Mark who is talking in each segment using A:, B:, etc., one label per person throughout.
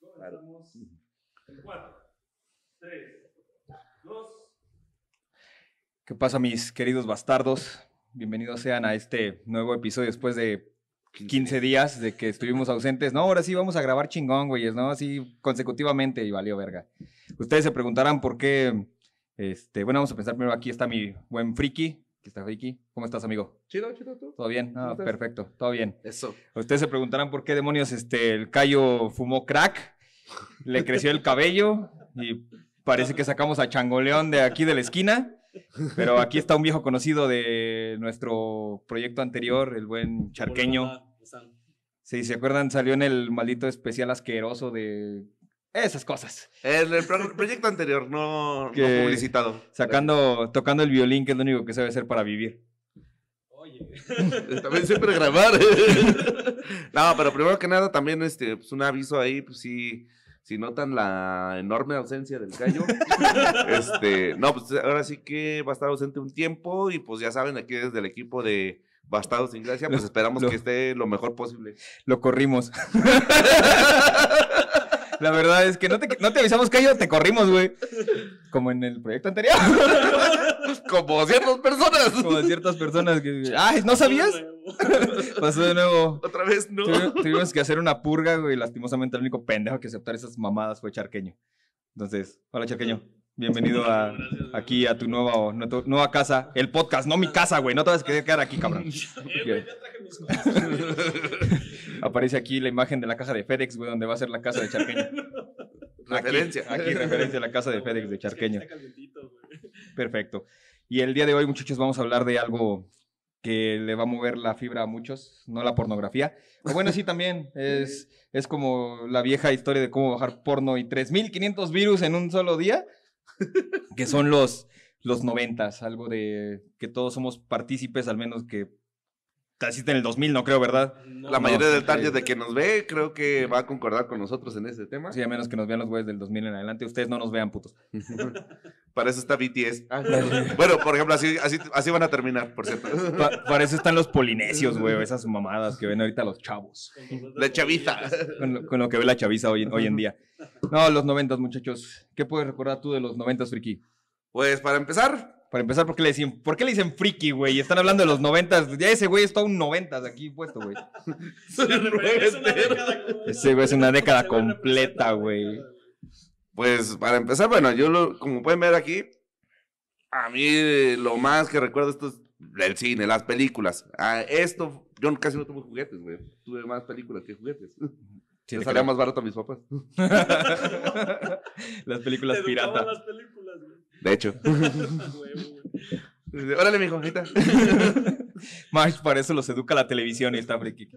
A: 8, estamos en 4, 3, 2.
B: ¿Qué pasa, mis queridos bastardos? Bienvenidos sean a este nuevo episodio después de 15 días de que estuvimos ausentes. No, ahora sí vamos a grabar chingón, güeyes, ¿no? Así consecutivamente y valió verga. Ustedes se preguntarán por qué. Este, bueno, vamos a pensar primero. Aquí está mi buen friki. Aquí está Friki. ¿Cómo estás, amigo?
C: Chido, chido tú.
B: ¿Todo bien?
C: ¿Cómo
B: Ah,
C: estás?
B: perfecto, todo bien.
C: Eso.
B: Ustedes se preguntarán por qué demonios este, el Cayo fumó crack, le creció el cabello y parece que sacamos a Changoleón de aquí de la esquina. Pero aquí está un viejo conocido de nuestro proyecto anterior, el buen charqueño. Si se acuerdan, salió en el maldito especial asqueroso de esas cosas.
C: El, el pro- proyecto anterior, no, no
B: Que-
C: publicitado.
B: Sacando, tocando el violín, que es lo único que sabe hacer para vivir.
A: Oye,
C: También siempre grabar. no, pero primero que nada, también este, pues un aviso ahí, pues sí. Si notan la enorme ausencia del callo, este, no, pues ahora sí que va a estar ausente un tiempo y pues ya saben, aquí desde el equipo de Bastados sin Gracia, pues
B: Lo-
C: esperamos
B: lo-
C: que esté lo mejor posible.
B: Lo corrimos. La verdad es que no te, no te avisamos, Cayo, te corrimos, güey. Como en el proyecto anterior.
C: Como ciertas personas.
B: Como de ciertas personas que. ¡Ah! ¿No sabías? Pasó de nuevo.
C: Otra vez, no.
B: Tuvi- Tuvimos que hacer una purga, güey. y Lastimosamente, el único pendejo que aceptar esas mamadas fue Charqueño. Entonces, hola, Charqueño. Bienvenido a, aquí a tu nueva, o- no- tu nueva casa. El podcast, no mi casa, güey. No te vas a quedar aquí, cabrón.
A: Eh, güey, ya traje mis cosas.
B: Aparece aquí la imagen de la caja de FedEx, güey, donde va a ser la casa de Charqueño. Aquí-
C: Referencia.
B: Aquí, referencia a la casa de FedEx de
A: Es que aquí
B: Charqueño.
A: está calientito, güey.
B: Perfecto. Y el día de hoy, muchachos, vamos a hablar de algo que le va a mover la fibra a muchos, no la pornografía. O bueno, sí, también es, es como la vieja historia de cómo bajar porno y 3.500 virus en un solo día, que son los, los 90, algo de que todos somos partícipes, al menos que casi en el 2000, no creo, ¿verdad?
A: No,
C: La mayoría
B: no,
C: del target
B: sí.
C: de que nos ve creo que va a concordar con nosotros en este tema.
B: Sí, a menos que nos vean los güeyes del 2000 en adelante. Ustedes no nos vean, putos.
C: Para eso está BTS. bueno, por ejemplo, así, así, así van a terminar, por cierto.
B: Pa- para eso están los polinesios, güey, esas mamadas que ven ahorita los chavos.
A: con nosotros
C: La chaviza.
A: todavía.
B: con lo, con lo que ve la chaviza hoy, en- hoy en día. No, los noventas, muchachos. ¿Qué puedes recordar tú de los noventas, friki?
C: Pues para empezar,
B: Para empezar, ¿por qué le dicen, ¿por qué le dicen friki, güey? Están hablando de los noventas. Ya ese güey está un noventas aquí puesto, güey.
A: Una referencia, es una década completa.
B: Ese güey es una década
A: Ese güey representa
B: completa,
A: una
B: güey.
A: década,
C: pues para empezar, bueno, yo lo- como pueden ver aquí, a mí eh, lo más que recuerdo esto es el cine, las películas. Ah, esto, yo casi no tuve juguetes, güey. Tuve más películas que juguetes.
B: Sí,
C: Me
B: le
C: salía
B: creo.
C: más barato a mis papás.
B: Las
A: Te
B: películas
A: educaban
B: pirata.
A: las películas, güey.
C: De hecho.
A: A huevo, güey.
C: Órale, mijo, ahorita.
B: Más para eso los educa la televisión y está friki.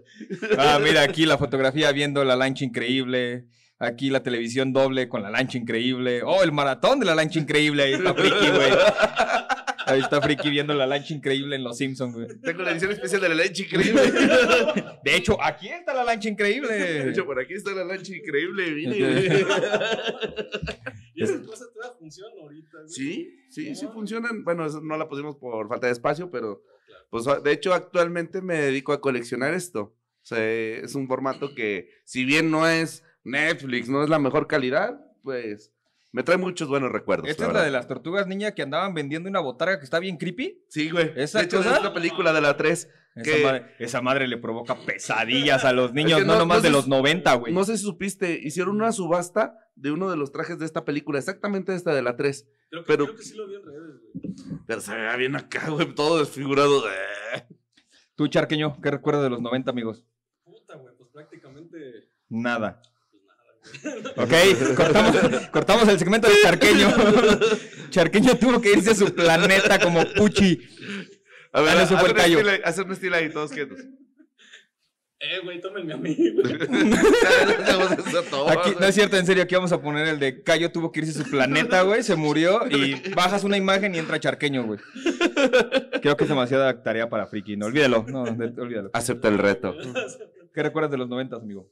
B: Ah, mira, aquí la fotografía viendo la lancha increíble. Aquí la televisión doble con la lancha increíble. Oh, el maratón de la lancha increíble. Ahí está friki, güey. Ahí está friki viendo la lancha increíble en Los Simpsons, güey.
C: Tengo la edición especial de la leche increíble.
B: De hecho, aquí está la lancha
C: De
B: increíble.
C: hecho, por aquí está la lancha increíble,
B: Ok.
C: mire.
A: Y esas cosas todas funcionan ahorita, güey.
C: Sí, sí, sí
A: Ah.
C: funcionan. Bueno, eso no la pusimos por falta de espacio, pero pues a- de hecho actualmente me dedico a coleccionar esto. O sea, es un formato que si bien no es Netflix, no es la mejor calidad, pues me trae muchos buenos recuerdos.
B: Esta es la
C: verdad.
B: de las tortugas niña que andaban vendiendo una botarga que está bien creepy.
C: Sí, güey.
B: ¿Esa
C: de hecho,
B: cosa?
C: es la película de la 3.
B: Esa
C: ¿Qué?
B: madre, esa madre le provoca pesadillas a los niños,
C: Es que
B: no,
C: no-
B: nomás
C: no
B: de
C: sé
B: los
C: si-
B: 90, güey.
C: No sé si supiste, hicieron una subasta de uno de los trajes de esta película, exactamente esta de la 3.
A: Creo que,
C: Pero-
A: creo que sí lo vi en redes, güey.
C: Pero se veía bien acá, güey, todo desfigurado.
B: Tú, Charqueño, ¿qué recuerdas de los 90, amigos?
A: Puta, güey, pues prácticamente.
B: Nada.
A: Pues nada, güey.
B: Ok, cortamos, cortamos el segmento de Charqueño. Charqueño tuvo que irse a su planeta como Puchi.
C: A ver,
B: Dale,
C: haz un
B: Super Cayo.
C: estilo ahí- haz un estilo ahí, todos quietos.
A: Eh, güey, tómenme a mí, güey.
B: Aquí, no es cierto, en serio, aquí vamos a poner el de Cayo tuvo que irse a su planeta, güey, se murió y bajas una imagen y entra Charqueño, güey. Creo que es demasiada tarea para Friki, no, olvídalo, no, de- olvídalo.
C: Acepta el reto.
B: ¿Qué recuerdas de los 90, amigo?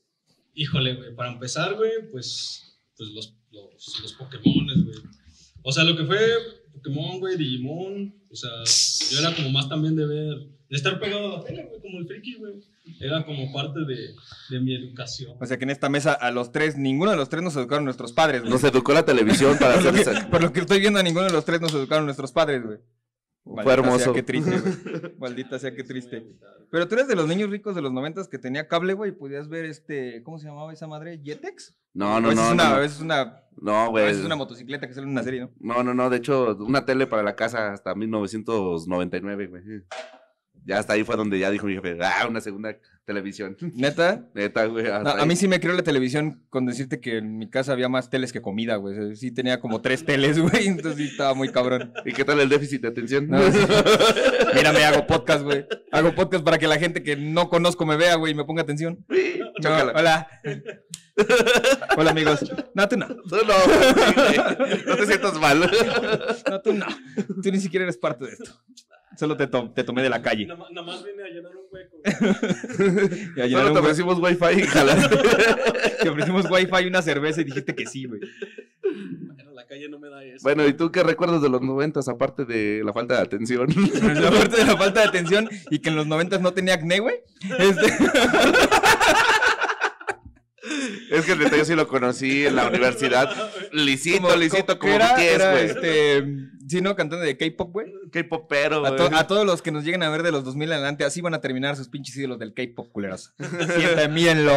A: Híjole, güey, para empezar, güey, pues, pues los, los, los Pokémones, güey. O sea, lo que fue Pokémon, güey, Digimon, o sea, yo era como más también de ver, de estar pegado a la tele, güey, como el friki, güey. Era como parte de, de mi educación.
B: O sea que en esta mesa a los tres, ninguno de los tres nos educaron nuestros padres, güey.
C: Nos educó la televisión para
B: por, lo
C: hacer
B: que,
C: esa.
B: por lo que estoy viendo, a ninguno de los tres nos educaron nuestros padres, güey. Maldita
C: Fue hermoso.
B: Sea, qué triste, güey. Maldita sea, qué triste. Pero tú eres de los niños ricos de los noventas que tenía cable, güey, y podías ver este, ¿cómo se llamaba esa madre? ¿Yetex?
C: No, no,
B: Pues
C: no.
B: Es una,
C: no, Pues
B: a
C: no.
B: veces una,
C: No,
B: a
C: güey.
B: veces una motocicleta que sale en una serie, ¿no?
C: No, no, no. De hecho, una tele para la casa hasta 1999, güey. Ya hasta ahí fue donde ya dijo mi jefe, ah, una segunda televisión.
B: Neta.
C: Neta, güey.
B: No,
C: hasta
B: a mí
C: ahí.
B: sí me creó la televisión con decirte que en mi casa había más teles que comida, güey. O sea, Sí tenía como tres teles, güey. Entonces sí estaba muy cabrón.
C: ¿Y qué tal el déficit de atención?
B: No, sí. Mírame, hago podcast, güey. Hago podcast para que la gente que no conozco me vea, güey, y me ponga atención. No,
C: Chócala.
B: hola. Hola, amigos. No, tú no.
C: Tú no, güey. no te sientas mal.
B: No, tú no. Tú ni siquiera eres parte de esto. Solo te, to- te tomé de la calle.
A: Nada más- nada más vine a llenar un hueco.
B: Y a llenar
C: Solo
B: un hueco.
C: te ofrecimos wifi y jalaste.
B: Te ofrecimos wifi y una cerveza y dijiste que sí, güey.
A: Bueno, la calle no me da eso.
C: Bueno, ¿y tú qué recuerdas de los noventas aparte de la falta de atención?
B: Pero Aparte de la falta de atención y que en los noventas no tenía acné, güey. Este,
C: es que el detalle sí lo conocí en la universidad. Lisito, lisito, como
B: era, era,
C: BTS, güey.
B: este, sí, ¿no? Cantante de K-pop, güey.
C: K-popero,
B: A,
C: güey.
B: to- a todos los que nos lleguen a ver de los 2000 en adelante, así van a terminar sus pinches ídolos del K-pop, culeros. Siéntate, mírenlo.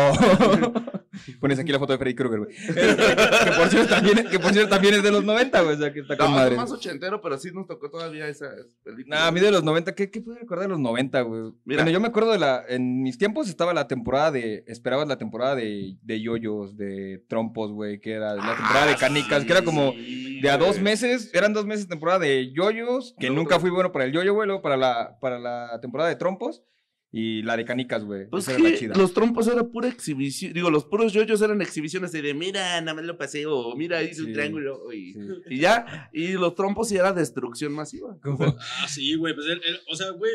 B: Pones aquí la foto de Freddy Krueger, güey. Este, que, por cierto, también, que por cierto también es de los 90, güey. O sea, que está con
C: No,
B: madre.
C: fue más ochentero, pero sí nos tocó todavía esa película.
B: Nah, a mí de los 90, ¿qué, qué puedo recordar de los 90, güey?
C: Mira.
B: Bueno, yo me acuerdo de la. En mis tiempos estaba la temporada de. Esperabas la temporada de, de yoyos, de trompos, güey, que era la temporada
C: Ah,
B: de canicas, que era como de a dos meses. Eran dos meses temporada de yoyos, que
C: Luego
B: nunca
C: otra.
B: fui bueno para el yoyo, güey, luego para la, para la temporada de trompos y la de canicas, güey.
C: Pues
B: Esa era la
C: que
B: chida.
C: los trompos era pura exhibición. Digo, los puros yoyos eran exhibiciones de, de, mira, nada más lo paseo, mira, hice
B: Sí,
C: un triángulo. Y,
B: Sí.
C: y ya, y los trompos sí era destrucción masiva.
B: Como-
A: Ah, sí, güey. Pues él- él- o sea, güey,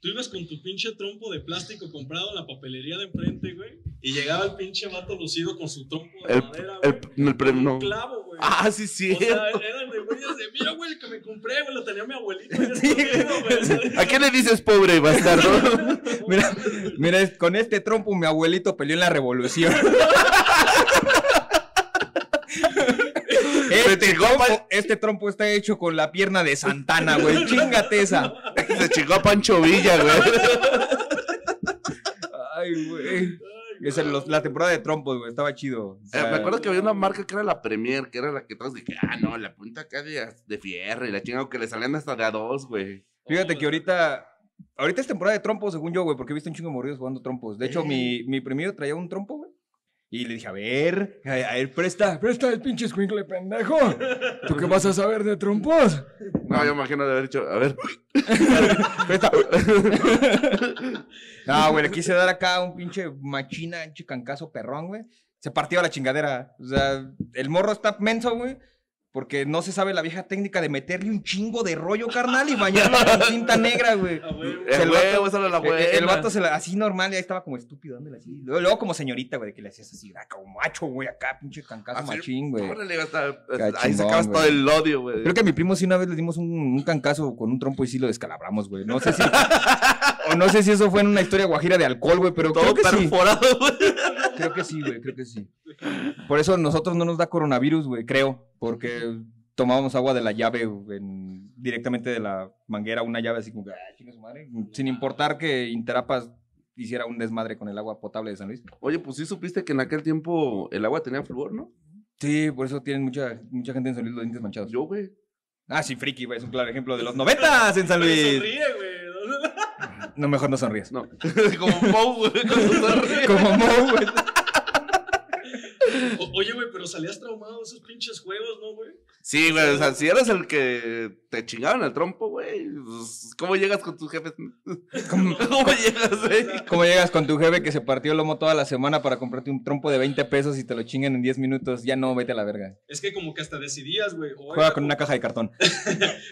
A: tú ibas con tu pinche trompo de plástico comprado en la papelería de enfrente, güey. Y llegaba el pinche vato lucido con su trompo de
C: El-
A: madera,
C: El,
A: güey.
C: el
A: con
C: premio.
A: un
C: no.
A: clavo, güey.
C: Ah, sí, sí.
A: O sea, eran de güeyes de, mira, güey, el que me compré, güey, lo tenía mi abuelito. ya está viejo, güey".
C: ¿A qué le dices pobre bastardo?
B: Mira, mira, es- con este trompo mi abuelito peleó en la revolución. Este trompo, este trompo está hecho con la pierna de Santana, güey. Chingate esa.
C: Se chingó a Pancho Villa, güey.
B: Ay, güey.
A: Ay,
B: Esa era los- la temporada de trompos, güey. Estaba chido. O
C: Eh,
B: sea,
C: me acuerdo que había una marca que era la Premier, que era la que todos dijeron, ah, no, la punta acá de, de fierro y la chingada que le salían hasta de a dos, güey.
A: Oh,
B: Fíjate que ahorita. Ahorita es temporada de trompos, según yo, güey, porque he visto un chingo de morridos jugando trompos. De hecho, mi, mi primero traía un trompo, güey. Y le dije, a ver, a, a ver, presta, presta el pinche squinkle, pendejo. ¿Tú qué vas a saber de trompos?
C: No, yo me imagino de haber dicho, a ver,
B: Presta. No, güey, le quise dar acá un pinche machina, un chicancazo perrón, güey. Se partió a la chingadera. O sea, el morro está menso, güey. Porque no se sabe la vieja técnica de meterle un chingo de rollo, carnal, y bañarlo con cinta negra, güey.
A: A huevo.
B: Se
C: el
B: lo-
C: huevo, esa era eh, la
B: El,
C: buena.
B: Ah, el vato se la, así normal, y ahí estaba como estúpido, dándole así. Luego, luego como señorita, güey, que le hacías así, ah, como macho, güey, acá, pinche cancazo
C: Así,
B: machín, güey.
C: Ah, Órale, hasta-
B: Está
C: ahí
B: chingón,
C: sacabas
B: güey.
C: todo el odio, güey.
B: Creo que a mi primo sí una vez le dimos un, un cancazo con un trompo y sí lo descalabramos, güey. No sé si. o no sé si eso fue en una historia guajira de alcohol, güey, pero creo
C: todo
B: que sí.
C: perforado, güey.
B: Creo que sí, güey, creo que sí. Por eso a nosotros no nos da coronavirus, güey, creo. Porque tomábamos agua de la llave, güey, en- directamente de la manguera, una llave así como que, "Ah, chinga su madre", Sin importar que Interapas hiciera un desmadre con el agua potable de San Luis.
C: Oye, pues sí supiste que en aquel tiempo el agua tenía flúor, ¿no?
B: Sí, por eso tienen mucha, mucha gente en San Luis los dientes manchados.
C: Yo, güey.
B: Ah, sí, friki, güey, es un claro ejemplo de los noventas en San
A: Pero
B: Luis.
A: sonríe, güey.
B: No, mejor no sonríes.
C: No. Como Pau, güey. cuando sonríe.
B: Como Mo, güey.
A: O- Oye, güey, pero salías traumado de esos pinches juegos, ¿no, güey?
C: Sí, güey, o sea, si eras el que te chingaban el trompo, güey, pues, ¿cómo llegas con tus jefes? ¿Cómo, llegas, güey?
B: ¿Cómo llegas con tu jefe que se partió el lomo toda la semana para comprarte un trompo de 20 pesos y te lo chingan en 10 minutos? Ya no, vete a la verga.
A: Es que como que hasta decidías, güey. o
B: Juega
A: era-
B: con una caja de cartón.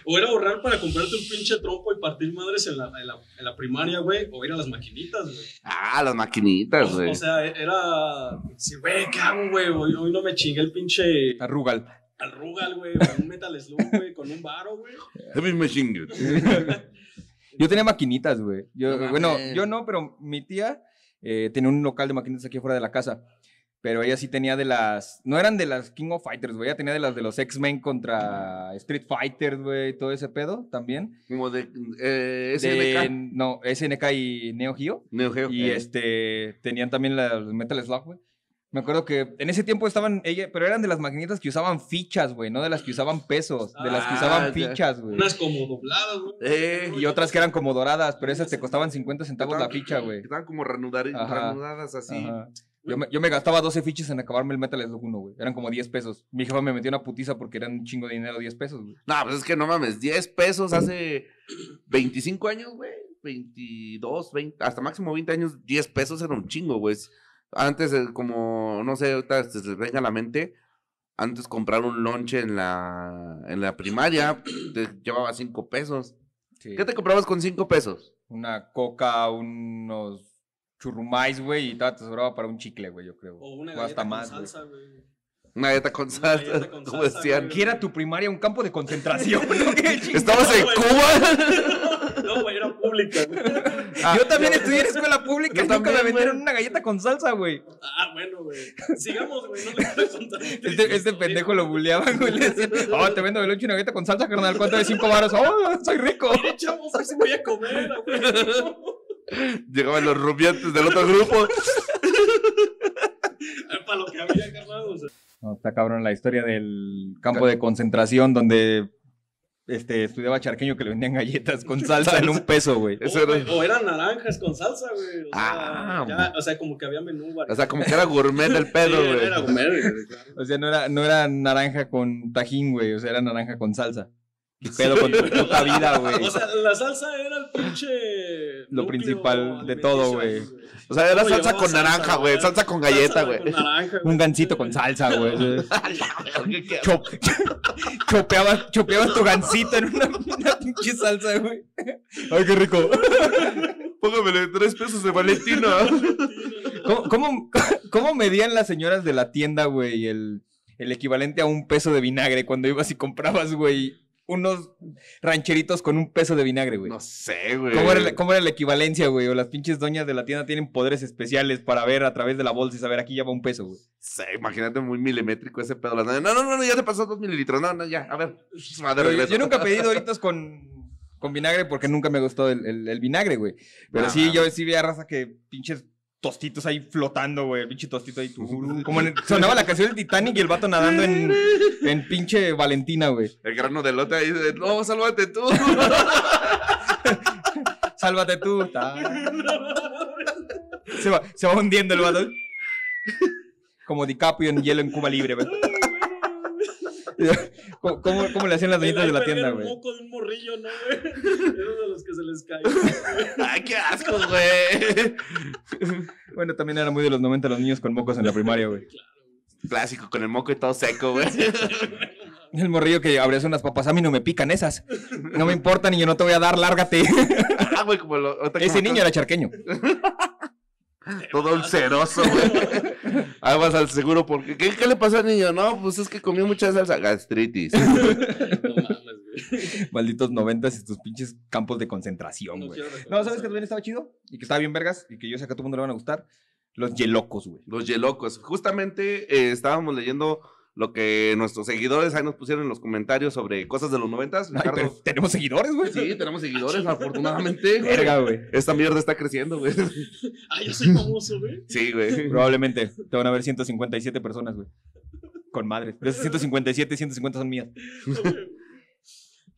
A: O era ahorrar para comprarte un pinche trompo y partir madres en la, en la, en la primaria, güey. O ir a las maquinitas, güey.
C: Ah, las maquinitas,
A: O,
C: güey.
A: o sea, e- era. Sí, güey, ¿qué hago, güey? Hoy, hoy no me chingué el pinche
B: Arrugal.
A: al Rugal, güey. o un Metal Slug, güey, con un varo, güey.
C: Heavy Machine Gun.
B: Yo tenía maquinitas, güey. Yo,
C: No
B: bueno,
C: mames.
B: yo no, pero mi tía eh, tenía un local de maquinitas aquí afuera de la casa. Pero ella sí tenía de las. No eran de las King of Fighters, güey. Ella tenía de las de los X-Men contra Street Fighter, güey. Todo ese pedo también.
C: Como de eh,
B: De-
C: SNK.
B: no, SNK y Neo Geo.
C: Neo Geo.
B: Y
C: Eh,
B: este, tenían también la- los Metal Slug, güey. Me acuerdo que en ese tiempo estaban, ella, pero eran de las maquinitas que usaban fichas, güey, no de las que usaban pesos, de las que
C: Ah,
B: usaban
C: ya.
B: fichas, güey.
A: Unas como dobladas, güey.
C: Eh,
B: Y otras que eran como doradas, pero esas te costaban 50 centavos la ficha, güey.
C: Estaban como reanudar-
B: Ajá.
C: reanudadas así.
B: Ajá. Yo me, yo me gastaba 12 fichas en acabarme el Metal Slug 1, güey. Eran como 10 pesos. Mi jefa me metió una putiza porque eran un chingo de dinero 10 pesos, güey.
C: No, pues es que no mames, 10 pesos hace 25 años, güey. 22, 20, hasta máximo 20 años, 10 pesos era un chingo, güey. Antes, eh, como, no sé, ahorita se les venga a la mente, antes comprar un lonche en la, en la primaria te llevaba 5 pesos.
B: Sí.
C: ¿Qué te comprabas con 5 pesos?
B: Una coca, unos churrumais, güey, y te sobraba para un chicle, güey, yo creo.
A: O una
B: O hasta
A: galleta con
B: más, güey.
A: salsa, güey.
C: Una galleta con
A: Una
C: salsa,
A: galleta con
C: como
A: salsa,
C: decían.
A: güey.
B: ¿Qué era tu primaria? ¿Un campo de concentración? ¿no? ¿Qué chingados?
C: ¿Estabas en
A: güey.
C: Cuba?
A: No, güey, era pública, güey.
C: Ah,
B: yo también estudié en escuela pública
C: Yo
B: y nunca
C: también,
B: me vendieron
C: güey.
B: una galleta con salsa, güey.
A: Ah, bueno, güey. Sigamos, güey. No le quiero contar.
B: Este, este pendejo lo buleaban, güey. Le decían, oh, te vendo veloche y una galleta con salsa, carnal. ¿Cuánto de cinco varos? Oh, soy rico.
A: Mire, chavos, hoy sí voy a comer, güey.
C: Llegaban los rubiantes del otro grupo.
A: Para lo que había, carnal. O sea,
B: No, está cabrón la historia del campo de concentración donde este, estudiaba charqueño que le vendían galletas con salsa en un peso, güey.
C: Eso
A: o,
C: era-
A: Oh, güey, o eran naranjas con salsa, güey. O sea,
C: Ah,
A: ya,
C: güey.
A: o sea, como que había menú, güey.
C: O sea, como que era gourmet el pedo,
A: Sí,
C: güey.
A: era comer, güey, claro.
B: O sea, no era, no era naranja con tajín, güey. O sea, era naranja con salsa. Y pedo con tu puta vida, güey.
A: O sea, la salsa era el pinche.
B: Lo
A: núcleo
B: principal de todo, güey.
A: alimenticio,
C: O sea, era
A: No,
C: salsa
A: llevaba
C: con naranja, güey. Salsa con galleta, güey.
A: con naranja,
B: Un
A: güey.
B: gancito con salsa, güey. Chop- chopeabas, chopeabas tu gancito en una, una pinche salsa, güey. Ay, qué rico.
C: Póngamele tres pesos de Valentino.
B: ¿Cómo, cómo, cómo medían las señoras de la tienda, güey, el, el equivalente a un peso de vinagre cuando ibas y comprabas, güey, unos rancheritos con un peso de vinagre, güey?
C: No sé, güey.
B: ¿Cómo era, la, cómo era la equivalencia, güey? O las pinches doñas de la tienda tienen poderes especiales para ver a través de la bolsa y saber aquí ya va un peso, güey.
C: Sí, imagínate muy milimétrico ese pedo. Las nanas, No, no, no, no, ya te pasó dos mililitros. No, no, ya. A ver. Madre,
B: Pero yo-
C: regreso.
B: Yo nunca pedí doritos con, con vinagre porque nunca me gustó el, el- el vinagre, güey. Pero
C: Ah,
B: sí, yo sí veía raza que pinches tostitos ahí flotando, güey. Pinche tostito ahí. tururú. Como en el- sonaba la canción del Titanic y el vato nadando en, en pinche Valentina, güey.
C: El grano de lote ahí dice, no, sálvate tú.
B: Sálvate tú. ta. Se va, se va hundiendo el vato. Como DiCaprio en hielo en Cuba Libre, güey. ¿Cómo, cómo- cómo le hacían las doñitas de la tienda,
A: El
B: güey?
A: moco de un morrillo, ¿no, güey? Era de los que se les caía.
C: Ay, qué asco, güey.
B: Bueno, también era muy de los 90 los niños con mocos en la primaria, güey.
C: Clásico, con el moco y todo seco, güey.
B: El morrillo que abrías unas papas, a mí no me pican esas. No me importan y yo no te voy a dar, lárgate.
C: Ah, güey, como lo. ahorita
B: Ese
C: como-
B: niño era charqueño.
C: Todo ulceroso, güey. Ah, vas al seguro porque. ¿Qué, ¿Qué le pasó al niño? No, pues es que comió mucha salsa. Gastritis.
A: No mames, güey.
B: Malditos noventas y tus pinches campos de concentración,
A: No
B: güey.
A: quiero
B: No,
A: recordar
B: ¿sabes que
A: eso.
B: también estaba chido? Y que estaba bien vergas y que yo sé que a todo mundo le van a gustar. Los yelocos, güey.
C: Los Yelocos. Justamente eh, estábamos leyendo lo que nuestros seguidores ahí nos pusieron en los comentarios sobre cosas de los noventas.
B: Ay, pero
C: Ricardo.
B: tenemos seguidores, güey.
C: Sí, tenemos seguidores, afortunadamente. güey.
B: Verga, güey.
C: Esta mierda está creciendo, güey.
A: Ah, yo soy famoso, güey.
C: Sí, güey.
B: Probablemente te van a ver 157 personas, güey. Con madre. De esas 157, 150 son mías.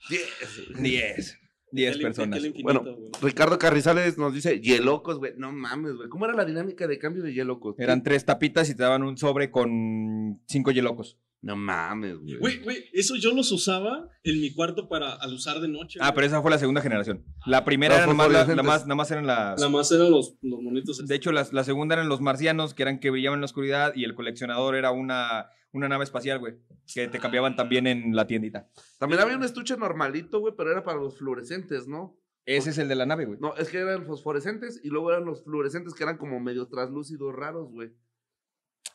C: Yes.
B: 10. 10
A: Aquel-
B: personas.
A: aquel infinito,
C: Bueno,
A: güey.
C: Ricardo Carrizales nos dice Yelocos, güey. No mames, güey. ¿Cómo era la dinámica de cambio de Yelocos?
B: Eran tres tapitas y te daban un sobre con cinco yelocos.
C: No mames, güey.
A: Güey, güey, eso yo los usaba en mi cuarto para al usar de noche.
B: Ah,
A: güey.
B: pero esa fue la segunda generación. La primera
C: Las
B: era nomás, la, la
C: fosforescentes.
B: más, nada más eran las...
A: Nada más eran los, los monitos.
B: De hecho, las- la segunda eran los marcianos, que eran que brillaban en la oscuridad, y el coleccionador era una, una nave espacial, güey, que te cambiaban también en la tiendita.
C: También había un estuche normalito, güey, pero era para los fluorescentes, ¿no?
B: Ese es el de la nave, güey.
C: No, es que eran fosforescentes y luego eran los fluorescentes que eran como medio traslúcidos raros, güey.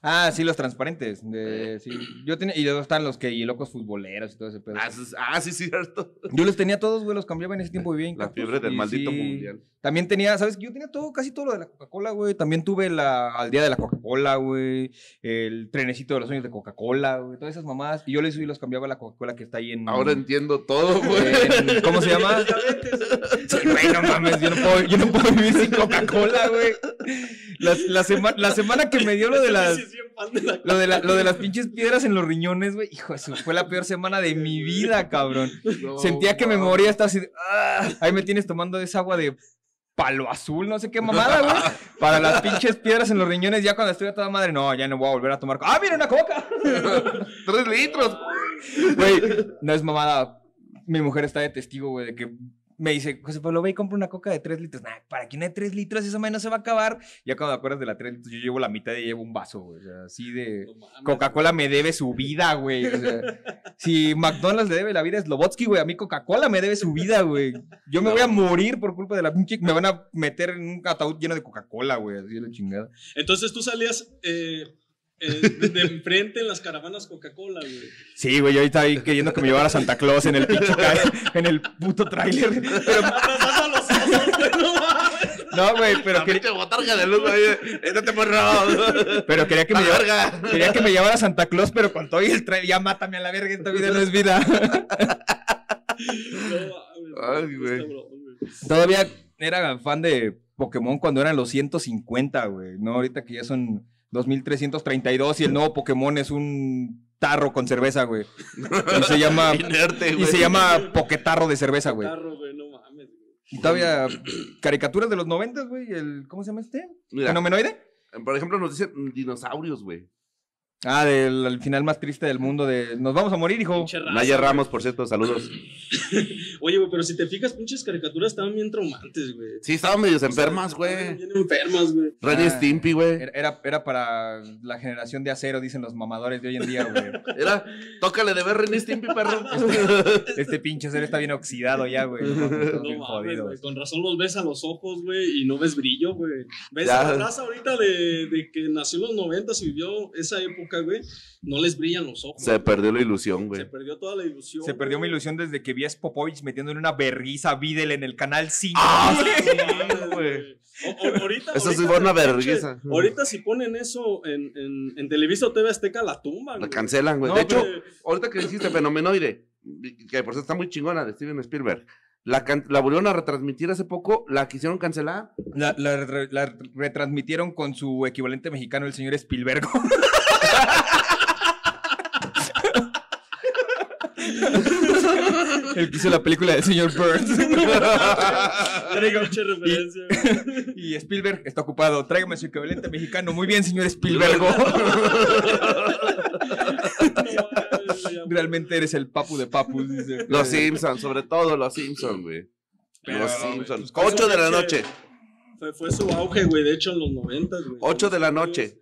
B: Ah, sí, los transparentes. de- sí. Yo tenía, y luego están los que y locos futboleros y todo ese pedo.
C: Ah, sí, ah, sí, cierto.
B: Yo los tenía todos, güey, los cambiaba en ese tiempo vivía en
C: La
B: Cactus,
C: fiebre del
B: y
C: maldito
B: sí.
C: mundial.
B: También tenía, ¿sabes? Yo tenía todo, casi todo lo de la Coca-Cola, güey. También tuve la al día de la Coca-Cola, güey. El trenecito de los sueños de Coca-Cola, güey. Todas esas mamadas. Y yo les subí y los cambiaba a la Coca-Cola que está ahí en.
C: Ahora entiendo todo, güey.
B: en- ¿Cómo se llama? Sí, güey, no mames, yo no puedo, yo no puedo vivir sin Coca-Cola, güey. La, la sema- la semana que me dio lo de las. Lo de, la- lo de las pinches piedras en los riñones, güey. Hijo, eso fue la peor semana de mi vida, cabrón.
C: No,
B: Sentía que me
C: no.
B: moría, estaba así. de, "Ah". ahí me tienes tomando esa agua de palo azul, no sé qué mamada, güey. Para las pinches piedras en los riñones, ya cuando estoy a toda madre, no, ya no voy a volver a tomar. co- ¡Ah, mira una coca!
C: Tres litros.
B: Güey, no es mamada. Mi mujer está de testigo, güey, de que me dice, José Pablo, ve y compra una coca de 3 litros. Nah, ¿para quién hay 3 litros? Esa madre no se va a acabar. Ya cuando te acuerdas de la 3 litros, yo llevo la mitad y llevo un vaso, güey. O sea, así de. Coca-Cola me debe su vida, güey. O sea, si McDonald's le debe la vida a Slobotsky, güey, a mí Coca-Cola me debe su vida, güey. Yo me voy a morir por culpa de la pinche. Me van a meter en un ataúd lleno de Coca-Cola, güey. Así de la chingada.
A: Entonces tú salías eh, eh, de, de enfrente en las caravanas Coca-Cola, güey.
B: Sí, güey, yo ahorita ahí queriendo que me llevara a Santa Claus en el pinche ca- en el puto tráiler. Pero,
A: Abrazando a los osos, güey, no mames.
B: no, güey, pero,
C: La
B: quería-
C: pinche botarga de luz, güey. Eh, No te morro.
B: pero quería que
C: La
B: me llevara.
C: verga.
B: Quería que me llevara a Santa Claus, pero con todo y el tráiler, ya mátame a la verga, esta vida no es vida.
A: No mames.
C: Ay, güey.
A: Está cabrón, güey.
B: Todavía era fan de Pokémon cuando eran los 150, güey. No, ahorita que ya son 2332 y el nuevo Pokémon es un tarro con cerveza, güey. Y se llama
C: Inerte, güey.
B: y se llama Poquetarro de cerveza, güey.
A: Carro, güey, no mames, güey.
B: Y todavía caricaturas de los 90, güey, el ¿cómo se llama este?
C: Mira, eh,
B: ¿Fenomenoide?
C: por ejemplo, nos dicen dinosaurios, güey.
B: Ah, del el final más triste del mundo de nos vamos a morir, hijo.
A: Pinche raza,
C: Naya
A: güey.
C: Ramos, por cierto, saludos.
A: Oye, güey, pero si te fijas, pinches caricaturas estaban bien traumantes, güey.
C: Sí, estaban medio enfermas, güey.
A: Bien enfermas, güey.
C: Ren
B: Ah.
C: y Stimpy, güey.
B: Era, era, era para la generación de acero, dicen los mamadores de hoy en día, güey.
C: Era, tócale de ver Ren y Stimpy, perro.
B: Este pinche acero está bien oxidado ya, güey. No, mames, estamos bien
A: No mames,
B: jodidos.
A: güey. Con razón los ves a los ojos, güey, y no ves brillo, güey. Ves
C: Ya.
A: a la raza ahorita de, de que nació en los 90 y vivió esa época, güey. No les brillan los ojos.
C: Se perdió la ilusión,
A: Se
C: güey.
A: perdió toda la ilusión.
B: Se perdió mi
A: güey.
B: ilusión desde que vi a Spopovich metiéndole una berriza a Videl en el canal 5.
C: ¡Ah!
A: No mames, güey. O- o- Ahorita.
C: Eso sí
A: ahorita
C: fue una
A: te pinche-
C: vergüenza.
A: Ahorita si ponen eso en, en, en Televisa o TV Azteca, la tumba,
C: La cancelan, güey.
B: No,
C: de hecho, ahorita que dijiste Fenomenoide, que por cierto está muy chingona, de Steven Spielberg. La, can- la volvieron a retransmitir hace poco, la quisieron cancelar.
B: La, la re- la retransmitieron con su equivalente mexicano, el señor Spielberg. el que hizo la película del señor Burns.
A: Traigo mucha referencia. güey.
B: y Spielberg está ocupado. Tráigame su equivalente mexicano. Muy bien, señor Spielberg.
A: No mames, güey,
B: Realmente eres el papu de papus. dice.
C: Los Simpsons, sobre todo los Simpsons, güey.
B: Pero,
C: los
B: güey,
C: Simpsons.
B: pues, ¿cómo
C: 8 de la
A: Fue-
C: noche.
A: Fue, fue su auge, güey, de hecho en los 90, güey.
C: 8 de la noche.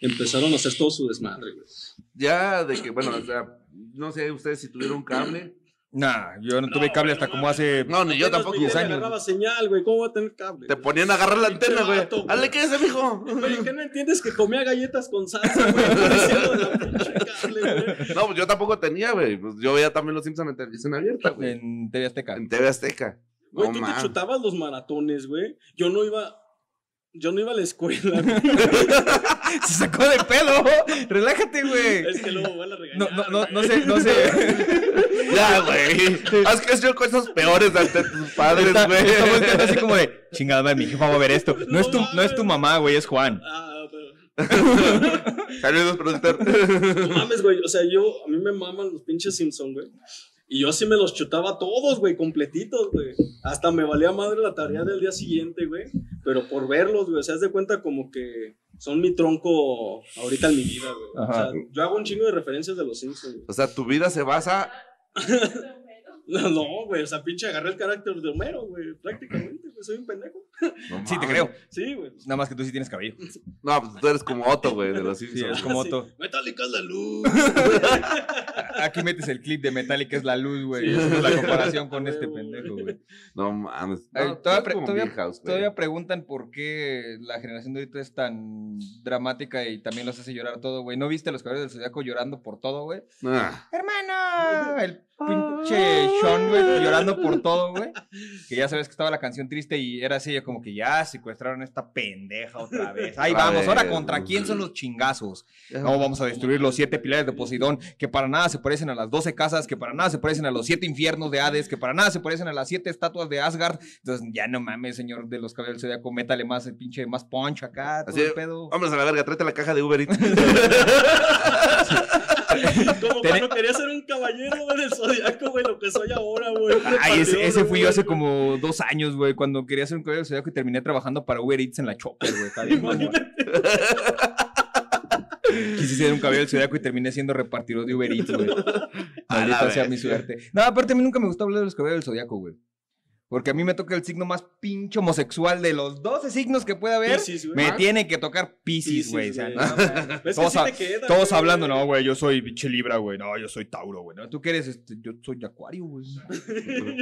A: Empezaron a hacer todo su desmadre, güey.
C: Ya de que, bueno, o sea, no sé ustedes si tuvieron cable.
B: Nah, yo no tuve cable hasta como hace.
C: No, ni yo
A: Apenas
C: tampoco.
A: mi tele
B: 10 años.
A: agarraba señal, güey. ¿Cómo va a tener cable?
C: Te ponían a agarrar la antena, güey.
A: Pinche vato, güey.
C: Hazle que ese, mijo.
A: Oye, ¿qué no entiendes que comía galletas con salsa, güey? Estoy diciendo de la pinche cable, güey.
C: No, pues yo tampoco tenía, güey. Pues yo veía también los Simpsons en televisión abierta, güey.
B: En TV Azteca.
C: En TV Azteca.
A: Güey,
C: No,
A: tú
C: man.
A: te chutabas los maratones, güey. Yo no iba. Yo no iba a la escuela, güey.
B: Se sacó de pelo. Relájate, güey.
A: Es que luego van a regañar.
B: No, no, no,
A: güey.
B: no sé, no sé.
C: Ya, güey. Has que hecho cosas peores ante tus padres,
B: Está,
C: güey.
B: está volteando así como de, chingada madre, mi jefa va a ver esto. No es tu, no es tu mamá, güey, es Juan.
A: Ah, pero.
C: Saludos, productor.
A: No mames, güey. O sea, yo. A mí me maman los pinches Simpson, güey. Y yo así me los chutaba todos, güey, completitos, güey. Hasta me valía madre la tarea del día siguiente, güey. Pero por verlos, güey, o sea, haz de cuenta como que son mi tronco ahorita en mi vida, güey. O
B: Ajá.
A: sea, yo hago un chingo de referencias de los Simpsons, güey.
C: O sea, tu vida se basa
A: No, no, güey, o sea, pinche agarré el carácter de Homero, güey, prácticamente, güey. que soy un pendejo.
C: No
B: Sí, te
C: mames.
B: creo.
A: Sí, güey.
B: Nada más que tú sí tienes cabello.
C: No, pues tú eres como Otto, güey, de los
B: Sí,
C: Simpsons.
B: es como
A: Sí.
B: Otto.
A: Metallica es la luz.
B: Aquí metes el clip de Metallica es la luz, güey.
A: Sí.
B: Hacemos la comparación con
A: A
B: este
A: huevo,
B: pendejo,
A: güey.
B: güey.
C: No mames.
B: Ay, todavía
C: No, tú
B: pre-
C: eres como
B: todavía-
C: Milhouse, güey.
B: Todavía preguntan por qué la generación de ahorita es tan dramática y también los hace llorar todo, güey. ¿No viste a los cabellos del Zodíaco llorando por todo, güey?
C: Ah,
B: ¡Hermano! El pinche Sean, güey, pues, llorando por todo, güey. Que ya sabes que estaba la canción triste y era así, yo como que ya secuestraron a esta pendeja otra vez. Ahí
C: Otra
B: vamos, ahora
C: vez,
B: contra
C: güey.
B: quién son los chingazos. No, vamos a destruir los siete pilares de Poseidón, que para nada se parecen a las doce casas, que para nada se parecen a los siete infiernos de Hades, que para nada se parecen a las siete estatuas de Asgard. Entonces, ya no mames, señor de los cabellos zodiaco, métale más el pinche más punch acá, todo
C: Así-
B: el pedo.
C: Vámonos a la verga, tráete la caja de Uber Eats.
A: Como
B: Tene-
A: cuando quería ser un caballero güey, del zodiaco, güey, lo que soy ahora, güey.
B: Ay, ese, ese fui yo hace
A: Repartidor,
B: como dos años, güey, cuando quería hacer un cabello zodiaco y terminé trabajando para Uber Eats en la Chopper, güey. Está bien, mamón.
A: Imagínate.
B: Quise hacer un cabello zodiaco y terminé siendo repartidor de Uber Eats, güey.
C: A la
B: Maldita sea
C: vez.
B: mi suerte. No, aparte a mí nunca me gustó hablar de los cabellos del zodiaco, güey. Porque a mí me toca el signo más pinche homosexual de los 12 signos que puede haber.
A: Piscis, güey.
B: me
A: Ah.
B: tiene que tocar Pisces,
A: Piscis,
B: güey. O sea,
A: güey. Ah,
B: no, no,
A: Ves que
B: todos
A: sí
B: a-
A: te queda,
B: todos
A: güey.
B: hablando, no, güey, yo soy pinche Libra, güey. No, yo soy Tauro, güey. No, tú qué eres, Este, yo soy Acuario, güey.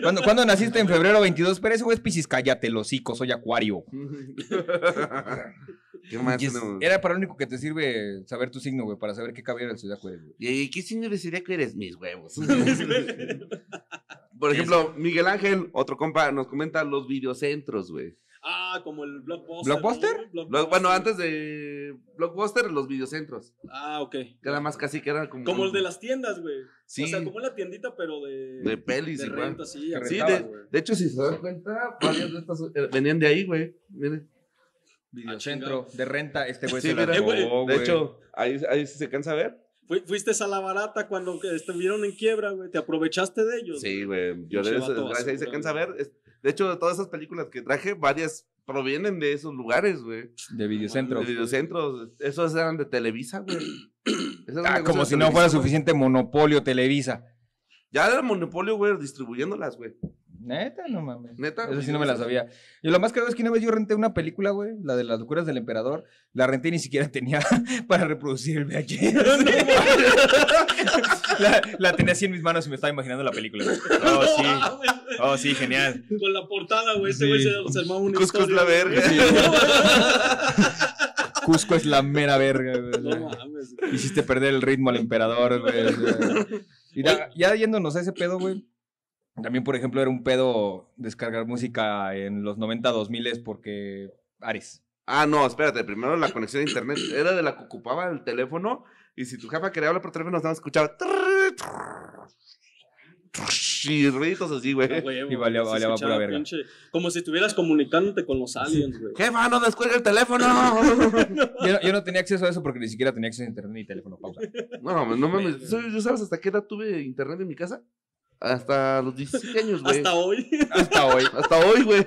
B: ¿Cuándo, cuándo naciste en febrero 22? Pero ese güey es Pisces, cállate, el hocico, soy Acuario.
C: ¿Qué más
B: Y es-
C: tenemos?
B: era para lo único que te sirve saber tu signo, güey, para saber qué cabello del zodiaco eres, güey.
C: ¿Y qué signo de zodiaco eres? Mis huevos.
A: Güey.
C: Por ejemplo, Miguel Ángel, otro compa, nos comenta los videocentros, güey.
A: Ah, como el blockbuster.
B: ¿Blockbuster?
A: ¿no?
C: Lo- Bueno, antes de Blockbuster, los videocentros.
A: Ah, ok.
C: Que era más casi que era como.
A: Como el de las tiendas, güey.
C: Sí.
A: O sea, como la tiendita, pero de.
C: De pelis
A: de
C: igual.
A: renta, sí.
B: Que
A: a
C: Sí,
A: rentabas,
C: de,
A: güey.
C: de hecho, si se dan cuenta, varias de estas eh, venían de ahí, güey. Miren.
B: Videocentro de renta, este güey
C: Sí,
B: se la
C: mira,
A: eh, güey,
B: robó,
C: de
B: güey.
C: hecho, ahí, ahí sí se cansa a ver.
A: Fui- fuiste a la barata cuando que estuvieron en quiebra, güey. Te aprovechaste de ellos.
C: Sí, güey. Yo
A: Pinche
C: de esa
A: vato
C: desgracia ahí se
A: basura,
C: cansa a
A: güey.
C: ver. Es- De hecho, todas esas películas que traje, varias provienen de esos lugares, güey.
B: de videocentro.
C: De videocentros. Esos eran de Televisa, güey. Esos eran
B: Ah,
C: negocios
B: como
C: de
B: si no fuera
C: Televisa, güey.
B: suficiente monopolio Televisa.
C: Ya era monopolio, güey, distribuyéndolas, güey.
B: Neta, no mames.
C: Neta.
B: Eso sí no me la sabía. Y lo más caro es que una vez yo renté una película, güey, la de las locuras del emperador. La renté y ni siquiera tenía para reproducir el VHS. la, la tenía así en mis manos y me estaba imaginando la película. güey. Oh,
A: No
B: sí.
A: mames,
B: Oh, sí, genial.
A: Ah, güey. Con la portada, güey. Ese
B: Sí.
A: güey se los armaba una
C: Cusco es
A: historia,
C: la verga.
B: Sí. Cusco es la mera verga, güey.
A: güey. No mames. güey.
B: Hiciste perder el ritmo al emperador, güey. o sea. Y ya, ya yéndonos a ese pedo, güey. También, por ejemplo, era un pedo descargar música en los 90, 2000 porque Ares.
C: Ah, no, espérate, primero la conexión a internet era de la que ocupaba el teléfono y si tu jefa quería hablar por teléfono, nada más escuchaba y ruiditos así,
A: Ah,
C: güey.
A: güey, güey,
B: valía-
A: se
B: valía
A: escuchaba
B: pura verga.
A: pinche- como si estuvieras comunicándote con los aliens, güey.
C: Jefa, no descuelga el teléfono.
B: Yo, no- yo no tenía acceso a eso porque ni siquiera tenía acceso a internet ni teléfono. Pausa.
C: No, no mames, ¿sabes- ¿yo sabes hasta qué edad tuve internet en mi casa? Hasta los 17 años, güey.
A: Hasta hoy.
B: Hasta hoy.
C: Hasta hoy, güey.